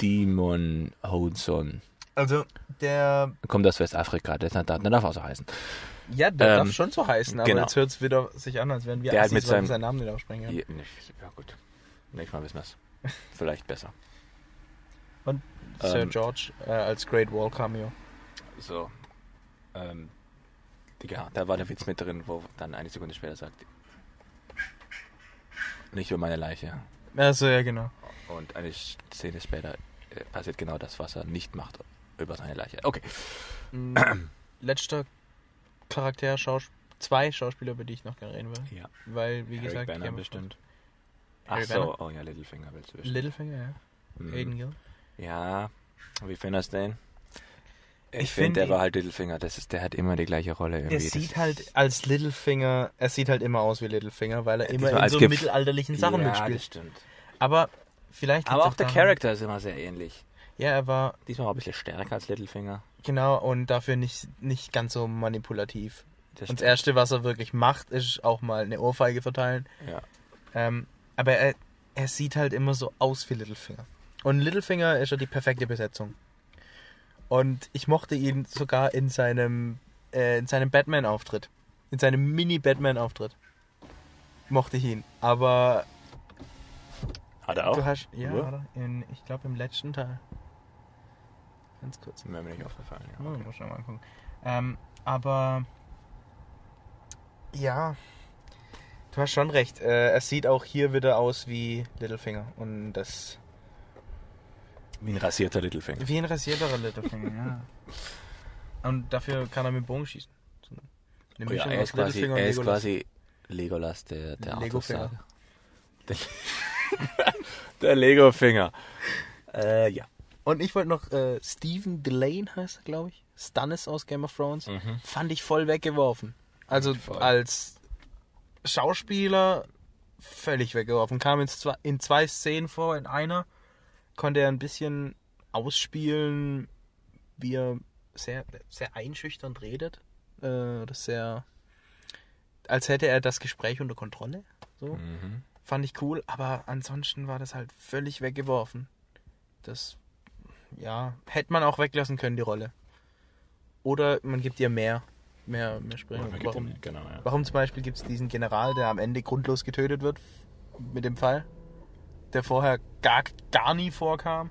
Speaker 2: Demon Honson.
Speaker 4: Also, der.
Speaker 2: Kommt aus Westafrika, der, der, der darf auch so heißen.
Speaker 4: Ja, der
Speaker 2: Ähm,
Speaker 4: darf schon so heißen, aber
Speaker 2: genau.
Speaker 4: jetzt hört es wieder sich an, als wären wir
Speaker 2: Der hat
Speaker 4: Assis,
Speaker 2: mit
Speaker 4: weil wir
Speaker 2: seinem-
Speaker 4: seinen Namen nicht aussprechen. können.
Speaker 2: Ja, nee, ja gut. Nächstes Mal wissen wir es. Vielleicht besser.
Speaker 4: Und Sir
Speaker 2: Ähm,
Speaker 4: George äh, als Great Wall Cameo.
Speaker 2: So. Ähm, ja, da war der Witz mit drin, wo dann eine Sekunde später sagt. Nicht über meine Leiche.
Speaker 4: Also, ja, genau.
Speaker 2: Und eine Szene später äh, passiert genau das, was er nicht macht über seine Leiche. Okay.
Speaker 4: letzter Charakter, Schaus zwei Schauspieler, über die ich noch gerne reden will.
Speaker 2: Ja.
Speaker 4: Weil, wie gesagt,
Speaker 2: Banner
Speaker 4: Game of
Speaker 2: bestimmt. Ach
Speaker 4: Harry
Speaker 2: so, oh ja, Littlefinger willst du
Speaker 4: Thrones.
Speaker 2: wissen.
Speaker 4: Littlefinger, ja. Aiden Gill.
Speaker 2: Mhm. Ja, wie findest du den? Ich,
Speaker 4: Ich
Speaker 2: finde,
Speaker 4: find
Speaker 2: der
Speaker 4: ihn-
Speaker 2: war halt Littlefinger. Das ist, der hat immer die gleiche Rolle irgendwie.
Speaker 4: Er
Speaker 2: Das
Speaker 4: sieht
Speaker 2: ist-
Speaker 4: halt als Littlefinger, er sieht halt immer aus wie Littlefinger, weil er immer
Speaker 2: diesmal
Speaker 4: in
Speaker 2: als
Speaker 4: so
Speaker 2: gef-
Speaker 4: mittelalterlichen Sachen
Speaker 2: ja, Das
Speaker 4: mitspielt.
Speaker 2: stimmt.
Speaker 4: Aber vielleicht.
Speaker 2: Aber
Speaker 4: liegt's
Speaker 2: auch der
Speaker 4: daran-
Speaker 2: Charakter ist immer sehr ähnlich.
Speaker 4: Ja, er war,
Speaker 2: Diesmal war ein bisschen stärker als Littlefinger.
Speaker 4: genau, und dafür nicht, nicht ganz so manipulativ.
Speaker 2: Das
Speaker 4: Und das
Speaker 2: stimmt.
Speaker 4: Erste, was er wirklich macht, ist auch mal eine Ohrfeige verteilen.
Speaker 2: Ja.
Speaker 4: Ähm, aber er, er sieht halt immer so aus wie Littlefinger. Und Littlefinger ist ja die perfekte Besetzung. Und ich mochte ihn sogar in seinem, äh, in seinem Batman-Auftritt. In seinem Mini-Batman-Auftritt. Mochte ich ihn. Aber
Speaker 2: Hat er auch?
Speaker 4: du hast. Ja,
Speaker 2: Wo?
Speaker 4: oder? In, ich glaube im letzten Teil. Ganz kurz.
Speaker 2: Mir nicht aufgefallen.
Speaker 4: Oh, muss ich mal angucken. Ähm, aber ja, du hast schon recht. Äh, es sieht auch hier wieder aus wie Littlefinger und das
Speaker 2: Wie ein rasierter Littlefinger.
Speaker 4: wie ein rasierterer Littlefinger. ja. [LAUGHS] Und dafür kann er mit Bogen schießen. So Eine
Speaker 2: Oh ja,
Speaker 4: Mischung
Speaker 2: er
Speaker 4: aus
Speaker 2: ist quasi,
Speaker 4: Littlefinger und
Speaker 2: er ist
Speaker 4: Legolas.
Speaker 2: quasi Legolas, der, der
Speaker 4: Legofinger.
Speaker 2: Arthur-Sage. Der,
Speaker 4: [LAUGHS]
Speaker 2: der Lego-Finger. Äh, ja.
Speaker 4: Und ich wollte noch äh, Stephen Delane heißt er, glaube ich. Stannis aus Game of Thrones.
Speaker 2: Mhm.
Speaker 4: Fand ich voll weggeworfen. Also
Speaker 2: Voll.
Speaker 4: als Schauspieler völlig weggeworfen. Kam in zwei, in zwei Szenen vor. In einer konnte er ein bisschen ausspielen, wie er sehr, sehr einschüchternd redet. Äh, das ist sehr, als hätte er das Gespräch unter Kontrolle. So. Fand ich cool, aber ansonsten war das halt völlig weggeworfen. Das, ja, hätte man auch weglassen können, die Rolle. Oder man gibt ihr mehr, mehr, mehr Springen. Warum,
Speaker 8: Genau, ja.
Speaker 4: warum zum Beispiel gibt es diesen General, der am Ende grundlos getötet wird f- mit dem Fall, der vorher gar, gar nie vorkam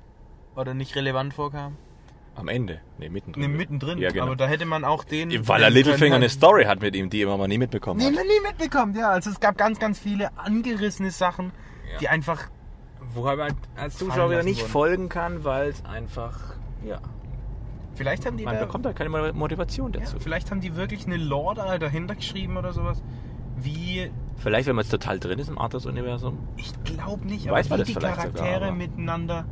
Speaker 4: oder nicht relevant vorkam?
Speaker 8: Am Ende. Nee, mittendrin.
Speaker 4: Ne, mittendrin,
Speaker 8: Ja, genau.
Speaker 4: aber da hätte man auch den...
Speaker 8: Weil er Littlefinger eine
Speaker 4: eine
Speaker 8: Story hat mit ihm, die er aber nie mitbekommen
Speaker 4: Nee,
Speaker 8: hat.
Speaker 4: man nie mitbekommt, ja. Also es gab ganz, ganz viele angerissene Sachen, die einfach
Speaker 2: Wobei man als
Speaker 4: Fallen
Speaker 2: Zuschauer wieder
Speaker 4: lassen
Speaker 2: nicht
Speaker 4: wurden.
Speaker 2: folgen kann, weil es einfach, ja,
Speaker 4: Vielleicht haben die
Speaker 2: man
Speaker 4: da,
Speaker 2: bekommt da keine Mo- Motivation dazu.
Speaker 4: ja, vielleicht haben die wirklich eine Lore da dahinter geschrieben oder sowas. Wie
Speaker 2: Vielleicht, wenn man jetzt total drin ist im Arthas-Universum.
Speaker 4: ich glaube nicht,
Speaker 2: Weiß man
Speaker 4: aber wie die
Speaker 2: das vielleicht sogar,
Speaker 4: Charaktere
Speaker 2: aber-
Speaker 4: miteinander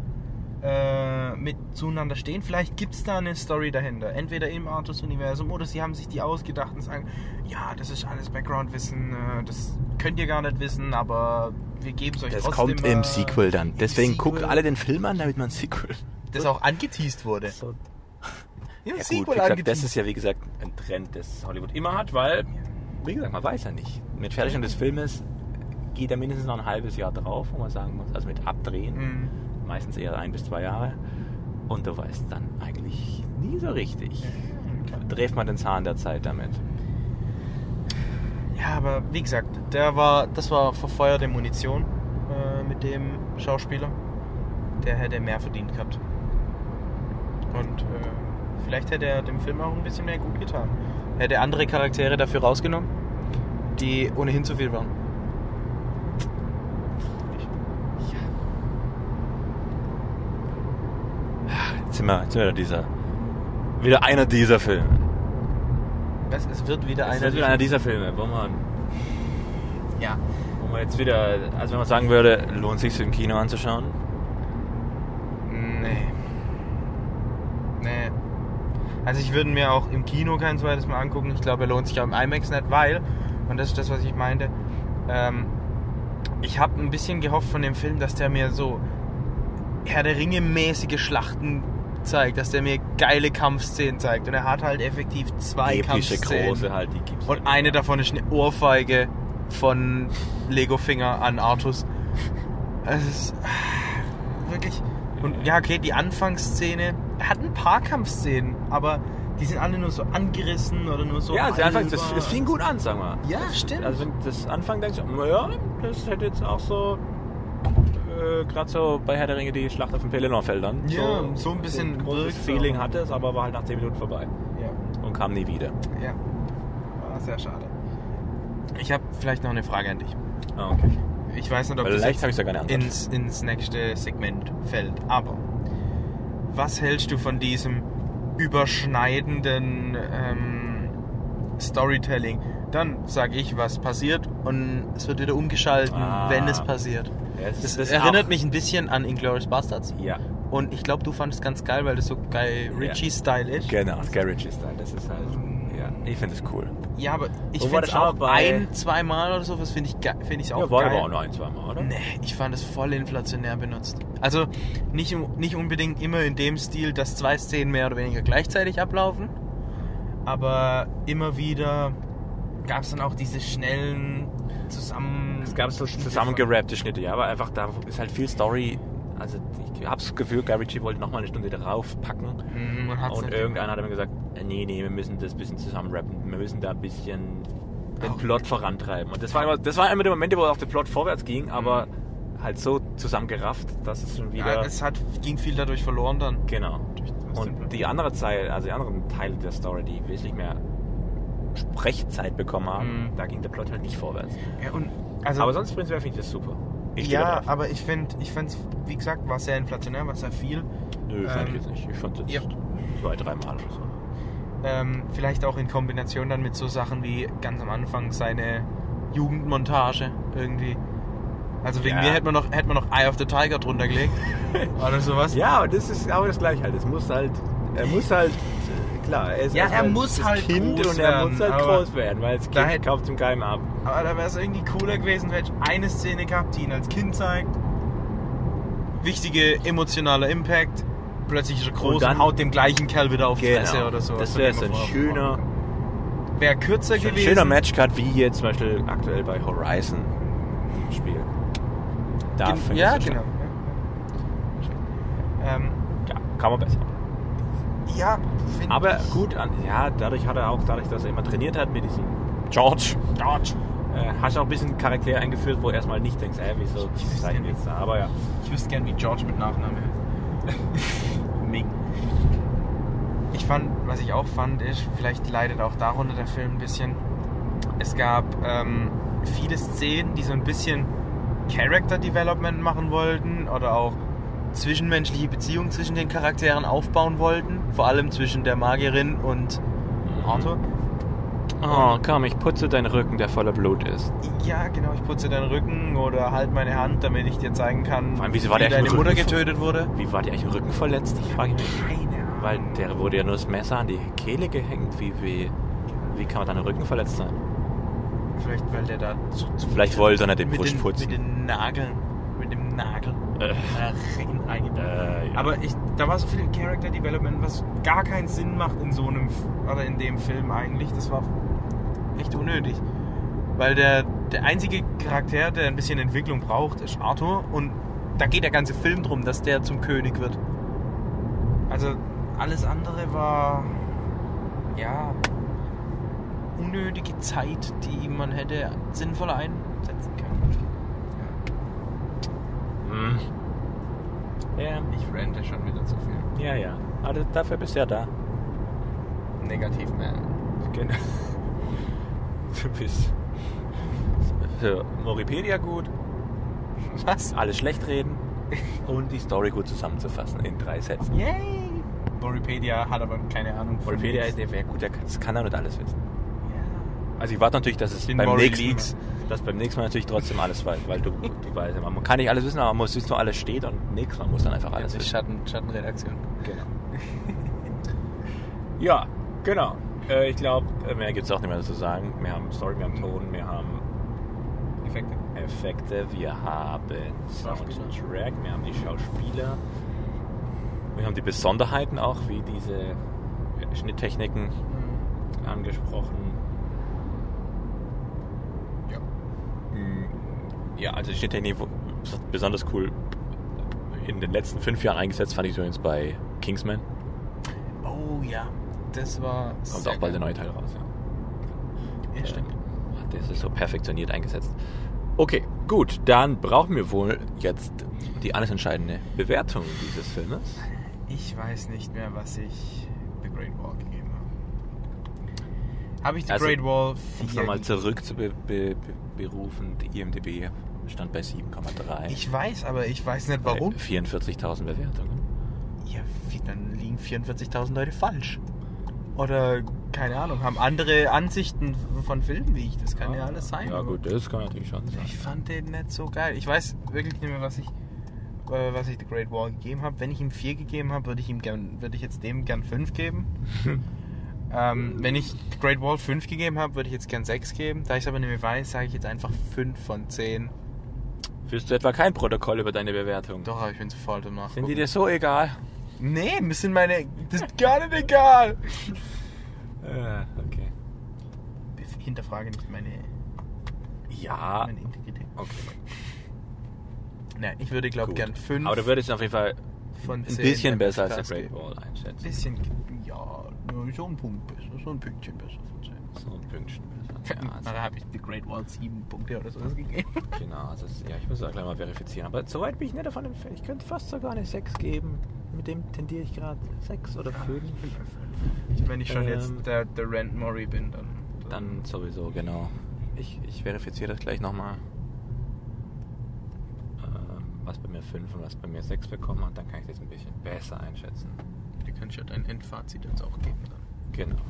Speaker 4: äh, mit zueinander stehen. Vielleicht gibt es da eine Story dahinter. Entweder im Artus-Universum oder sie haben sich die ausgedacht und sagen, ja, das ist alles Background-Wissen, äh, das könnt ihr gar nicht wissen, aber wir geben es euch
Speaker 8: Das
Speaker 4: trotzdem.
Speaker 8: kommt
Speaker 4: mal.
Speaker 8: im Sequel dann.
Speaker 4: Im
Speaker 8: Deswegen guckt
Speaker 4: Sequel,
Speaker 8: alle den Film an, damit man ein Sequel.
Speaker 4: Das auch angeteased wurde.
Speaker 2: So,
Speaker 4: Im
Speaker 8: Ja, gut, wie
Speaker 4: Sequel
Speaker 8: gesagt, das
Speaker 4: angeteased.
Speaker 8: ist ja wie gesagt ein Trend, das Hollywood immer hat, weil, wie gesagt, man weiß ja nicht. Mit Fertigstellung des Filmes geht da mindestens noch ein halbes Jahr drauf, wo man sagen muss, also mit Abdrehen,
Speaker 4: Mhm.
Speaker 8: meistens eher ein bis zwei Jahre. Und du weißt dann eigentlich nie so richtig.
Speaker 4: Mhm.
Speaker 8: Dreht man den Zahn der Zeit damit.
Speaker 4: Ja, aber wie gesagt, der war, das war verfeuerte Munition äh, mit dem Schauspieler. Der hätte mehr verdient gehabt. Und äh, vielleicht hätte er dem Film auch ein bisschen mehr gut getan. Hätte andere Charaktere dafür rausgenommen, die ohnehin zu viel waren.
Speaker 8: Jetzt sind wir, jetzt sind wir wieder dieser. Wieder einer dieser Filme.
Speaker 4: Das, es wird wieder
Speaker 8: Das
Speaker 4: einer.
Speaker 8: ist wieder einer dieser Filme, wo man,
Speaker 4: ja.
Speaker 8: wo man jetzt wieder, also wenn man sagen würde, lohnt sich im Kino anzuschauen.
Speaker 4: Nee. Nee. Also ich würde mir auch im Kino kein zweites Mal angucken. Ich glaube, er lohnt sich auch im IMAX nicht, weil, und das ist das, was ich meinte, ähm, ich habe ein bisschen gehofft von dem Film, dass der mir so Herr der Ringe mäßige Schlachten zeigt, dass der mir geile Kampfszenen zeigt. Und er hat halt effektiv zwei
Speaker 8: Epische
Speaker 4: Kampfszenen.
Speaker 8: große halt, die gibt's.
Speaker 4: Und eine davon ist eine Ohrfeige von Lego Finger an Artus. Es ist ah, wirklich. Und ja, okay, die Anfangsszene er hat ein paar Kampfszenen, aber die sind alle nur so angerissen oder nur so.
Speaker 2: ja, also einfach, das,
Speaker 4: halber.
Speaker 2: es fing gut an, sagen wir.
Speaker 4: Ja, stimmt.
Speaker 2: Also wenn das Anfang denkst du, naja, das hätte jetzt auch so, äh, gerade so bei Herr der Ringe die Schlacht auf den Pelennor-Feldern.
Speaker 4: Ja, so ein bisschen
Speaker 2: ein großes
Speaker 4: wirksam.
Speaker 2: Feeling hatte es, aber war halt nach 10 Minuten vorbei
Speaker 4: ja,
Speaker 2: und kam nie wieder.
Speaker 4: ja. War sehr schade. Ich habe vielleicht noch eine Frage an dich.
Speaker 2: Ah, okay.
Speaker 4: Ich weiß nicht, ob das
Speaker 8: Vielleicht habe ich sogar eine Antwort.
Speaker 4: ins, ins nächste Segment fällt. Aber was hältst du von diesem überschneidenden ähm, Storytelling? Dann sag ich, was passiert und es wird wieder umgeschalten,
Speaker 2: Ah.
Speaker 4: wenn es passiert.
Speaker 2: Ja, es
Speaker 4: Das,
Speaker 2: ist
Speaker 4: erinnert
Speaker 2: auch-
Speaker 4: mich ein bisschen an Inglourious Bastards.
Speaker 2: Ja.
Speaker 4: Und ich glaube, du fandest es ganz geil, weil das so geil Richie-Style ist.
Speaker 8: Genau, Garage ist da. Das ist halt. Ja, ich finde es cool.
Speaker 4: Mm. Ja, aber ich
Speaker 2: Wo war
Speaker 4: finde es
Speaker 2: das aber
Speaker 4: auch
Speaker 2: bei-
Speaker 4: ein, zweimal oder so, was finde ich, ge- find ich auch
Speaker 2: ja, war
Speaker 4: geil.
Speaker 2: aber auch nur ein, zweimal, oder?
Speaker 4: Nee, ich fand es voll inflationär benutzt. Also nicht, nicht unbedingt immer in dem Stil, dass zwei Szenen mehr oder weniger gleichzeitig ablaufen, aber immer wieder gab es dann auch diese schnellen zusammen.
Speaker 2: Es gab so zusammengerappte Schnitte, ja, aber einfach da ist halt viel Story. Also ich habe das Gefühl, Guy Ritchie wollte nochmal eine Stunde draufpacken.
Speaker 4: Mm, Man hat's
Speaker 2: und
Speaker 4: nicht-
Speaker 2: irgendeiner hat mir gesagt, äh, nee, nee, wir müssen das ein bisschen zusammenrappen. Wir müssen da ein bisschen den
Speaker 4: Auch-
Speaker 2: Plot vorantreiben. Und das war immer, das war immer der Moment, wo auch der Plot vorwärts ging, aber halt so zusammengerafft, dass es schon wieder...
Speaker 4: Mhm. ja, es hat, ging viel dadurch verloren dann.
Speaker 2: Genau.
Speaker 4: aus dem Plot.
Speaker 2: Und die andere Zeit, also die anderen Teile der Story, die wesentlich mehr Sprechzeit bekommen haben,
Speaker 4: Mhm.
Speaker 2: da ging der Plot halt nicht vorwärts.
Speaker 4: Ja, und, also,
Speaker 2: aber sonst prinzipiell finde ich das super. Ich stehe
Speaker 4: ja,
Speaker 2: da drauf.
Speaker 4: aber ich finde, ich fand's, wie gesagt, war sehr inflationär, war sehr viel.
Speaker 2: Nö,
Speaker 4: ähm,
Speaker 2: fand ich jetzt nicht. Ich fand das
Speaker 4: ja.
Speaker 2: zwei, dreimal oder so.
Speaker 4: Ähm, vielleicht auch in Kombination dann mit so Sachen wie ganz am Anfang seine Jugendmontage irgendwie. Also wegen
Speaker 2: Ja.
Speaker 4: mir hätte man, noch, hätte man noch Eye of the Tiger drunter
Speaker 2: [LAUGHS]
Speaker 4: gelegt. oder sowas.
Speaker 2: Ja, aber das ist aber das Gleiche halt. Es muss halt, er muss halt, äh, klar, er ist
Speaker 4: Ja,
Speaker 2: erstmal
Speaker 4: er muss
Speaker 2: das
Speaker 4: halt
Speaker 2: Kind
Speaker 4: groß
Speaker 2: und er
Speaker 4: werden,
Speaker 2: muss halt
Speaker 4: aber
Speaker 2: groß werden, weil das
Speaker 4: da
Speaker 2: Kind
Speaker 4: hätte-
Speaker 2: kauft ihm keinem ab.
Speaker 4: Aber da wäre es irgendwie cooler gewesen, wenn ich eine Szene gehabt, die ihn als Kind zeigt. Wichtige emotionaler Impact. Plötzlich ist er groß und,
Speaker 2: dann- Genau.
Speaker 4: haut dem gleichen Kerl wieder auf die Fresse oder so. Also
Speaker 2: Das wäre so ein schöner,
Speaker 4: Wäre kürzer
Speaker 8: Ein
Speaker 4: gewesen.
Speaker 8: schöner Matchcard wie hier zum Beispiel aktuell bei Horizon.
Speaker 2: Spiel. Da finde
Speaker 4: ja,
Speaker 2: ich es
Speaker 4: genau.
Speaker 2: schon-
Speaker 4: Ähm,
Speaker 2: Ja, kann man besser.
Speaker 4: ja, find
Speaker 2: Aber
Speaker 4: ich-
Speaker 2: gut, an- ja, dadurch hat er auch, dadurch, dass er immer trainiert hat mit diesem George, George, äh, hast du auch ein bisschen Charaktere eingeführt, wo du erstmal nicht denkst, äh, wieso seid ihr jetzt da? Aber ja,
Speaker 4: Ich wüsste gern, wie George mit Nachnamen heißt. [LAUGHS]
Speaker 2: Ming.
Speaker 4: Ich fand, was ich auch fand, ist, vielleicht leidet auch darunter der Film ein bisschen. Es gab ähm, viele Szenen, die so ein bisschen Character Development machen wollten oder auch zwischenmenschliche Beziehungen zwischen den Charakteren aufbauen wollten. Vor allem zwischen der Magierin und Arthur.
Speaker 9: Oh, komm, ich putze deinen Rücken, der voller Blut ist.
Speaker 4: Ja, genau, ich putze deinen Rücken oder halt meine Hand, damit ich dir zeigen kann,
Speaker 2: Vor allem, wieso war
Speaker 4: wie
Speaker 2: der
Speaker 4: deine
Speaker 2: eigentlich
Speaker 4: Mutter
Speaker 2: mit Rücken-
Speaker 4: getötet wurde.
Speaker 2: Wie war der eigentlich im Rücken verletzt? Ich frage mich.
Speaker 4: Keine Ahnung.
Speaker 2: Weil der wurde ja nur das Messer an die Kehle gehängt. Wie, wie, wie kann man dann im Rücken verletzt sein?
Speaker 4: Vielleicht, weil der da zu, zu
Speaker 2: Vielleicht wollte er nicht den
Speaker 4: mit
Speaker 2: Busch
Speaker 4: den,
Speaker 2: putzen.
Speaker 4: Mit den Nageln. Mit dem Nagel.
Speaker 2: Äh.
Speaker 4: Rein eingebaut.
Speaker 2: Äh, ja.
Speaker 4: Aber ich, da war so viel Character Development, was gar keinen Sinn macht in so einem, F- oder in dem Film eigentlich. Das war echt unnötig. Weil der, der einzige Charakter, der ein bisschen Entwicklung braucht, ist Arthur. Und da geht der ganze Film drum, dass der zum König wird. Also alles andere war, ja, unnötige Zeit, die man hätte sinnvoller einsetzen können.
Speaker 2: Hm. Ja,
Speaker 4: Ich rente schon wieder zu viel.
Speaker 2: ja, ja. Aber dafür bist du ja da.
Speaker 4: Negativ, man.
Speaker 2: Genau. Du bist für Moripedia gut,
Speaker 4: Was?
Speaker 2: alles schlecht [LAUGHS] reden und die Story gut zusammenzufassen in drei Sätzen.
Speaker 4: Yay! Boripedia hat aber keine Ahnung von
Speaker 2: Moripedia,
Speaker 4: nichts.
Speaker 2: der wäre gut, der kann, das kann er nicht alles wissen.
Speaker 4: Ja.
Speaker 2: Also ich warte natürlich, dass es
Speaker 4: Den
Speaker 2: beim
Speaker 4: Mori
Speaker 2: nächsten,
Speaker 4: Leaks.
Speaker 2: mal, dass beim nächsten Mal natürlich trotzdem alles weiß, [LAUGHS] weil du, du weißt, ja, man kann nicht alles wissen, aber man muss wissen, wo alles steht und nix, man muss dann einfach alles
Speaker 4: Das ist
Speaker 2: wissen.
Speaker 4: Schatten, Schattenredaktion.
Speaker 2: Genau. [LAUGHS] ja, genau. Äh, ich glaube, mehr gibt es auch nicht mehr zu sagen. Wir haben Story, wir haben Ton, wir haben
Speaker 4: Effekte.
Speaker 2: Effekte, wir haben
Speaker 4: Schauspieler.
Speaker 2: Soundtrack, wir haben die Schauspieler, wir haben die Besonderheiten auch, wie diese Schnitttechniken
Speaker 4: Mhm.
Speaker 2: angesprochen.
Speaker 4: Ja.
Speaker 2: Mm, Ja, also die Schnitttechnik wo- ist besonders cool in den letzten fünf Jahren eingesetzt, fand ich übrigens bei Kingsman.
Speaker 4: Oh ja, das war.
Speaker 2: Kommt auch bald der neue Teil raus, ja.
Speaker 4: Ja, stimmt.
Speaker 2: Das ist so perfektioniert eingesetzt. Okay, gut, dann brauchen wir wohl jetzt die alles entscheidende Bewertung dieses Filmes.
Speaker 4: Ich weiß nicht mehr, was ich The Great Wall gegeben habe. Habe ich The
Speaker 2: Also,
Speaker 4: Great Wall
Speaker 2: Um es
Speaker 4: 4
Speaker 2: nochmal zurück zu be be be berufen, die IMDB stand bei 7,3.
Speaker 4: Ich weiß, aber ich weiß nicht
Speaker 2: Bei
Speaker 4: warum.
Speaker 2: 44.000 Bewertungen.
Speaker 4: Ja, wie, dann liegen 44.000 Leute falsch. Oder, keine Ahnung, haben andere Ansichten von Filmen wie ich. Das kann ja, alles sein.
Speaker 2: Ah, Ja
Speaker 4: aber
Speaker 2: gut, das kann natürlich schon sein.
Speaker 4: Ich fand den nicht so geil. Ich weiß wirklich nicht mehr, was ich, äh, was ich The Great Wall gegeben habe. Wenn ich ihm 4 gegeben habe, würde ich ihm gern, würde ich jetzt dem gern 5
Speaker 2: [LAUGHS]
Speaker 4: geben. ähm, wenn ich The Great Wall 5 gegeben habe, würde ich jetzt gern 6 geben. Da ich es aber nicht mehr weiß, sage ich jetzt einfach 5 von 10.
Speaker 2: Führst du etwa kein Protokoll über deine Bewertung?
Speaker 4: Doch, aber ich bin zu faul danach.
Speaker 2: Sind die dir so egal?
Speaker 4: Nee, mir sind meine. Das ist gar nicht egal!
Speaker 2: Äh, okay.
Speaker 4: Ich hinterfrage nicht meine,
Speaker 2: Ja,
Speaker 4: meine Integrität.
Speaker 2: okay.
Speaker 4: Nein, ich würde, glaube
Speaker 2: Gut.
Speaker 4: ich, gern 5
Speaker 2: Aber du würdest ihn auf jeden Fall
Speaker 4: von 10.
Speaker 2: ein bisschen besser als
Speaker 4: Stars
Speaker 2: der Great
Speaker 4: geben.
Speaker 2: Wall einschätzen.
Speaker 4: Bisschen, ja, so ein Punkt besser, so ein Pünktchen besser von 10.
Speaker 2: So ein Pünktchen besser. Ja,
Speaker 4: Ja,
Speaker 2: also,
Speaker 4: da habe ich The Great Wall 7 Punkte oder sowas gegeben. [LAUGHS]
Speaker 2: genau, also, es- ja, ich muss das gleich mal verifizieren. Aber soweit bin ich nicht davon entfernt. Ich könnte fast sogar eine 6 geben. Mit dem tendiere ich gerade 6 oder 5.
Speaker 4: Wenn ich schon
Speaker 2: Ähm.
Speaker 4: jetzt der, der Rand Murray bin, dann.
Speaker 2: Dann sowieso, genau. Ich, ich verifiziere das gleich nochmal. Ähm, was bei mir 5 und was bei mir 6 bekommen hat, dann kann ich das ein bisschen besser einschätzen.
Speaker 4: Du kannst ja dein Endfazit jetzt auch geben. Dann.
Speaker 2: Genau.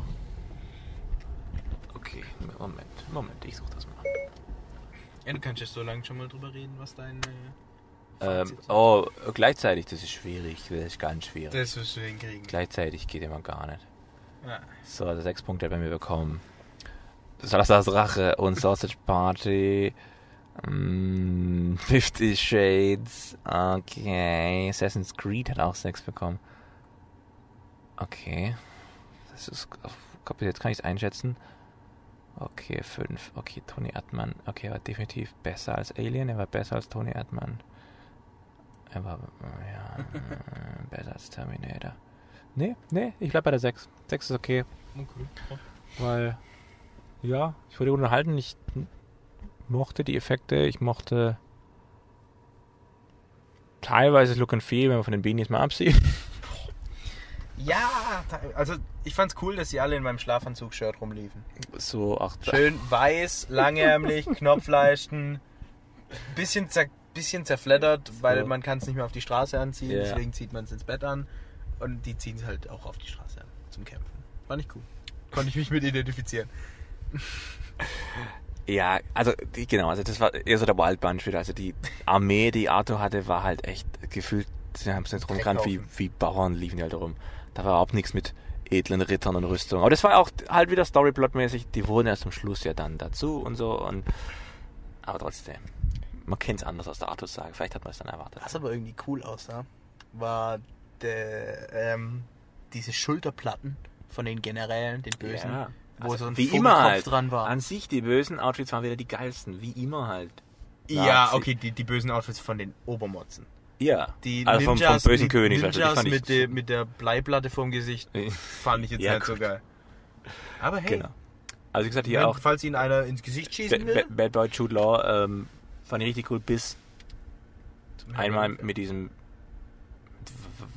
Speaker 2: Okay, Moment, Moment, ich suche das mal.
Speaker 4: Ja, du kannst jetzt so lange schon mal drüber reden, was dein.
Speaker 2: Ähm, oh, gleichzeitig, das ist schwierig, das ist ganz schwierig.
Speaker 4: Das wirst du hinkriegen.
Speaker 2: Gleichzeitig geht immer gar nicht.
Speaker 4: Ja.
Speaker 2: So, also sechs Punkte hat bei mir bekommen. Salazar's Rache und Sausage Party. Mm, Fifty Shades. Okay. Assassin's Creed hat auch sechs bekommen. Okay. Das ist. Jetzt kann ich es einschätzen. Okay, 5. Okay, Tony Erdmann. Okay, er war definitiv besser als Alien. Er war besser als Tony Erdmann. Er war, äh, ja, [LAUGHS] äh, besser als Terminator. Nee, nee, ich bleib bei der 6. 6 ist okay,
Speaker 4: Okay.
Speaker 2: weil, ja, ich wurde unterhalten. Ich mochte die Effekte. Ich mochte teilweise das Look and Feel, wenn man von den Beanies mal absieht.
Speaker 4: Ja, also ich fand's cool, dass sie alle in meinem Schlafanzug-Shirt rumliefen.
Speaker 2: So, ach,
Speaker 4: Schön weiß, [LAUGHS] langärmlich, Knopfleisten, bisschen, zer bisschen zerfleddert, weil man kann es nicht mehr auf die Straße anziehen,
Speaker 2: Ja.
Speaker 4: deswegen zieht man es ins Bett an. Und die ziehen es halt auch auf die Straße an zum Kämpfen. Fand ich cool. Konnte ich mich mit identifizieren.
Speaker 2: Ja, also die, genau, also das war eher so der Wildbunch wieder. Also die Armee, die Arthur hatte, war halt echt gefühlt, sie haben es nicht rumgerannt, wie,
Speaker 4: Dreckhaufen.
Speaker 2: wie Bauern liefen die halt rum. Da war überhaupt nichts mit edlen Rittern und Rüstung. Aber das war auch halt wieder Storyplot-mäßig, die wurden erst am Schluss ja dann dazu und so und aber trotzdem. Man kennt's anders aus der Arthur-Sage, vielleicht hat man es dann erwartet.
Speaker 4: Was aber irgendwie cool aussah, war der, ähm, diese Schulterplatten von den Generälen, den Bösen, wo so ein
Speaker 2: wie
Speaker 4: Vogelkopf
Speaker 2: immer halt.
Speaker 4: dran war.
Speaker 2: An sich, die bösen Outfits waren wieder die geilsten, wie immer halt.
Speaker 4: ja, okay, die, die bösen Outfits von den Obermotzen.
Speaker 2: Ja,
Speaker 4: Die
Speaker 2: also vom, vom
Speaker 4: Ninjas,
Speaker 2: bösen
Speaker 4: die
Speaker 2: König. also die
Speaker 4: Ninjas
Speaker 2: fand ich-
Speaker 4: mit, der- mit der Bleiplatte vorm Gesicht fand ich jetzt
Speaker 2: Ja,
Speaker 4: nicht so
Speaker 2: gut.
Speaker 4: geil. Aber hey,
Speaker 2: Genau. Also wie gesagt, hier
Speaker 4: wenn,
Speaker 2: auch
Speaker 4: falls Ihnen einer ins Gesicht schießen
Speaker 2: Ba-
Speaker 4: will,
Speaker 2: Ba- Bad Boy Jude Law ähm, fand ich richtig cool, bis einmal mit diesem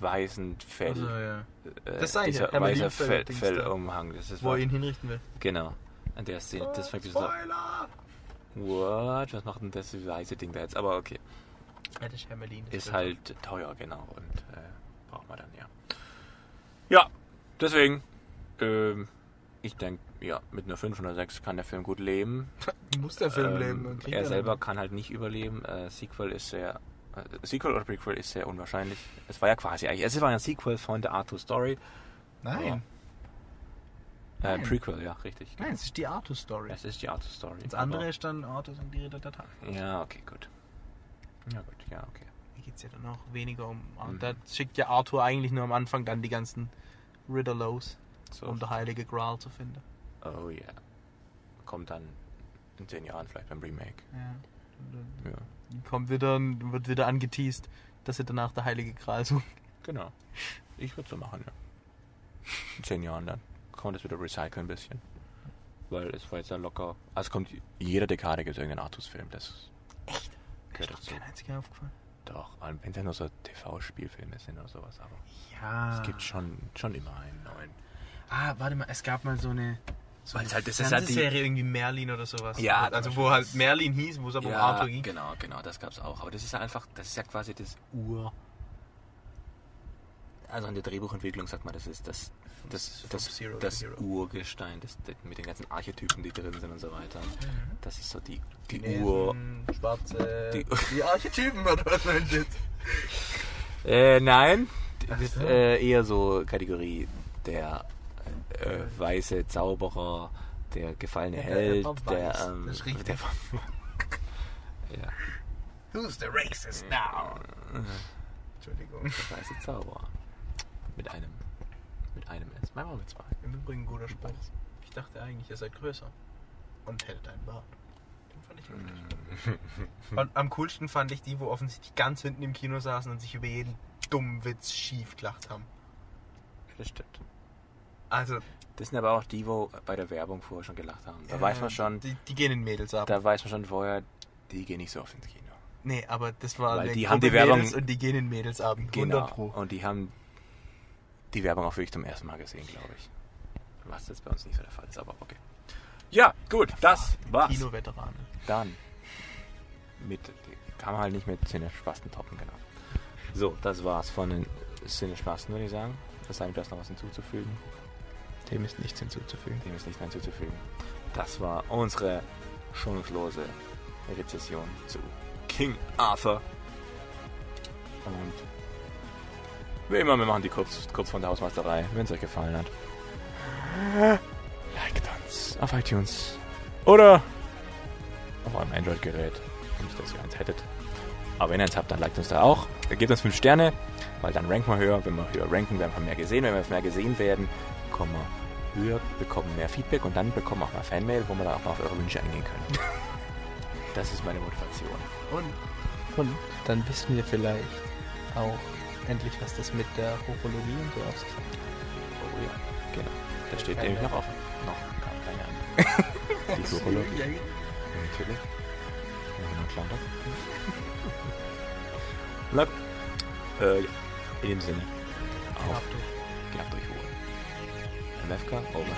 Speaker 2: weißen Fell.
Speaker 4: also, ja.
Speaker 2: äh,
Speaker 4: das sag ich
Speaker 2: dieser
Speaker 4: ja, Hermann
Speaker 2: weiße
Speaker 4: Liebfeld,
Speaker 2: Fell,
Speaker 4: Dings da.
Speaker 2: Fellumhang. Das ist
Speaker 4: wo er
Speaker 2: war,
Speaker 4: ihn hinrichten will.
Speaker 2: genau. An der Szene. Das fand ich so.
Speaker 4: Spoiler!
Speaker 2: What? Was macht denn das weiße Ding da jetzt? Aber okay.
Speaker 4: Ja, das ist Hermelin. das
Speaker 2: Ist
Speaker 4: wird-
Speaker 2: halt teuer, genau. Und äh, braucht man dann, ja. Ja, deswegen. Ähm, ich denke, ja, mit einer 5 oder 6 kann der Film gut leben.
Speaker 4: Muss der Film
Speaker 2: Ähm,
Speaker 4: leben. man kriegt
Speaker 2: er
Speaker 4: ja
Speaker 2: selber
Speaker 4: nicht.
Speaker 2: kann halt nicht überleben. Äh, Sequel ist sehr. Äh, Sequel oder Prequel ist sehr unwahrscheinlich. Es war ja quasi eigentlich. Es war ja ein Sequel von der Arthur Story.
Speaker 4: Nein,
Speaker 2: Äh,
Speaker 4: Nein.
Speaker 2: Prequel, ja, richtig.
Speaker 4: nein, es ist die Arthur-Story.
Speaker 2: Es ist die Arthur Story.
Speaker 4: Das andere ist dann Arthur und die Ritter der Tat.
Speaker 2: Aber, ja, okay, gut. Ja, gut, ja, okay.
Speaker 4: Hier geht es ja dann auch weniger um. Mhm. Da schickt ja Arthur eigentlich nur am Anfang dann die ganzen Riddler-Lows,
Speaker 2: So.
Speaker 4: um der heilige Graal zu finden.
Speaker 2: Oh yeah. Kommt dann in zehn Jahren vielleicht beim Remake.
Speaker 4: Ja. Und dann
Speaker 2: Ja.
Speaker 4: kommt wieder und wird wieder angeteased, dass sie danach der Heilige Gral suchen.
Speaker 2: Genau. Ich würde so machen, ja. In zehn Jahren dann. Kann man das wieder recyceln ein bisschen. Weil es war jetzt ja locker. Also es kommt jede Dekade gibt es irgendeinen Artus-Film. Das Echt? Gehört dazu.
Speaker 4: Kein einziger aufgefallen.
Speaker 2: Doch, an- wenn es ja nur so TV-Spielfilme sind oder sowas, aber
Speaker 4: Ja.
Speaker 2: es gibt schon, schon immer einen neuen.
Speaker 4: Ah, warte mal, es gab mal so eine. So
Speaker 2: Weil's
Speaker 4: eine
Speaker 2: halt- das ist halt die-
Speaker 4: Fernsehserie irgendwie Merlin oder sowas.
Speaker 2: Ja, zum
Speaker 4: Also
Speaker 2: Beispiel.
Speaker 4: wo halt Merlin hieß, wo es aber um Arthur ging.
Speaker 2: genau, genau, das gab's auch. Aber das ist ja einfach, das ist ja quasi das Ur. Also in der Drehbuchentwicklung sagt man, das ist das, das,
Speaker 4: From
Speaker 2: das,
Speaker 4: Zero to
Speaker 2: das
Speaker 4: Hero.
Speaker 2: Urgestein, das, das mit den ganzen Archetypen, die drin sind und so weiter.
Speaker 4: Mhm.
Speaker 2: Das ist so die, die Ur.
Speaker 4: Chinesen, Schwarze.
Speaker 2: Die-
Speaker 4: Die, Archetypen oder was meinst du jetzt?
Speaker 2: Äh, nein. Das ist äh, eher so Kategorie der äh, weiße Zauberer, der gefallene
Speaker 4: der
Speaker 2: Held,
Speaker 4: war
Speaker 2: der,
Speaker 4: weiß.
Speaker 2: ähm,
Speaker 4: Das ist richtig.
Speaker 2: der war- [LAUGHS] ja,
Speaker 4: Who's the racist now? Entschuldigung.
Speaker 2: der weiße Zauberer. Mit einem. Mit einem S. Manchmal auch mit zwei.
Speaker 4: Im Übrigen ein guter Spruch. Ich dachte eigentlich, ihr seid größer. Und hättet einen Bart. Den fand ich lustig. [LAUGHS] Und am coolsten fand ich die, wo offensichtlich ganz hinten im Kino saßen und sich über jeden dummen Witz schief gelacht haben.
Speaker 2: Das stimmt.
Speaker 4: Also,
Speaker 2: Das sind aber auch die, wo bei der Werbung vorher schon gelacht haben. Da
Speaker 4: äh,
Speaker 2: weiß man schon,
Speaker 4: Die, die gehen in Mädels ab.
Speaker 2: da weiß man schon vorher, die gehen nicht so oft ins Kino.
Speaker 4: nee, aber das war
Speaker 2: Weil
Speaker 4: eine
Speaker 2: die haben
Speaker 4: Gruppe
Speaker 2: die Werbung- Genau.
Speaker 4: Mädels und die gehen in Mädels ab. 100 Pro.
Speaker 2: Und die haben die Werbung auch wirklich zum ersten Mal gesehen, glaube ich. Was jetzt bei uns nicht so der Fall ist, aber okay. Ja, gut, das war's.
Speaker 4: Kino-Veterane.
Speaker 2: Dann mit kann man halt nicht mit Cinespasten toppen, genau. So, das war's von den Cinespasten, würde ich sagen. Es sei denn, du hast noch was hinzuzufügen.
Speaker 10: Dem ist nichts hinzuzufügen.
Speaker 2: Dem ist nichts mehr hinzuzufügen. Das war unsere schonungslose Rezession zu King Arthur. Und wie immer, wir machen die kurz, kurz von der Hausmeisterei, wenn es euch gefallen hat. Liked uns auf iTunes oder auf eurem Android-Gerät, nicht, dass ihr eins hättet. Aber wenn ihr eins habt, dann liked uns da auch. Gebt uns 5 Sterne, weil dann ranken wir höher. Wenn wir höher ranken, werden wir mehr gesehen. Wenn wir mehr gesehen werden, kommen wir wir bekommen mehr Feedback und dann bekommen auch mal Fanmail, wo wir dann auch mal auf eure Wünsche eingehen können. [LAUGHS] Das ist meine Motivation.
Speaker 4: Und dann wissen wir vielleicht auch endlich, was das mit der Horologie und so auf sich hat.
Speaker 2: Oh ja, genau. Da steht
Speaker 4: Keine
Speaker 2: nämlich noch offen. Noch kam keine Ahnung. [LAUGHS] Die Urologie. Natürlich. [LAUGHS] Na, äh, ja. In dem Sinne. Genau. Auf. Gehabt euch wohl. MFK, over.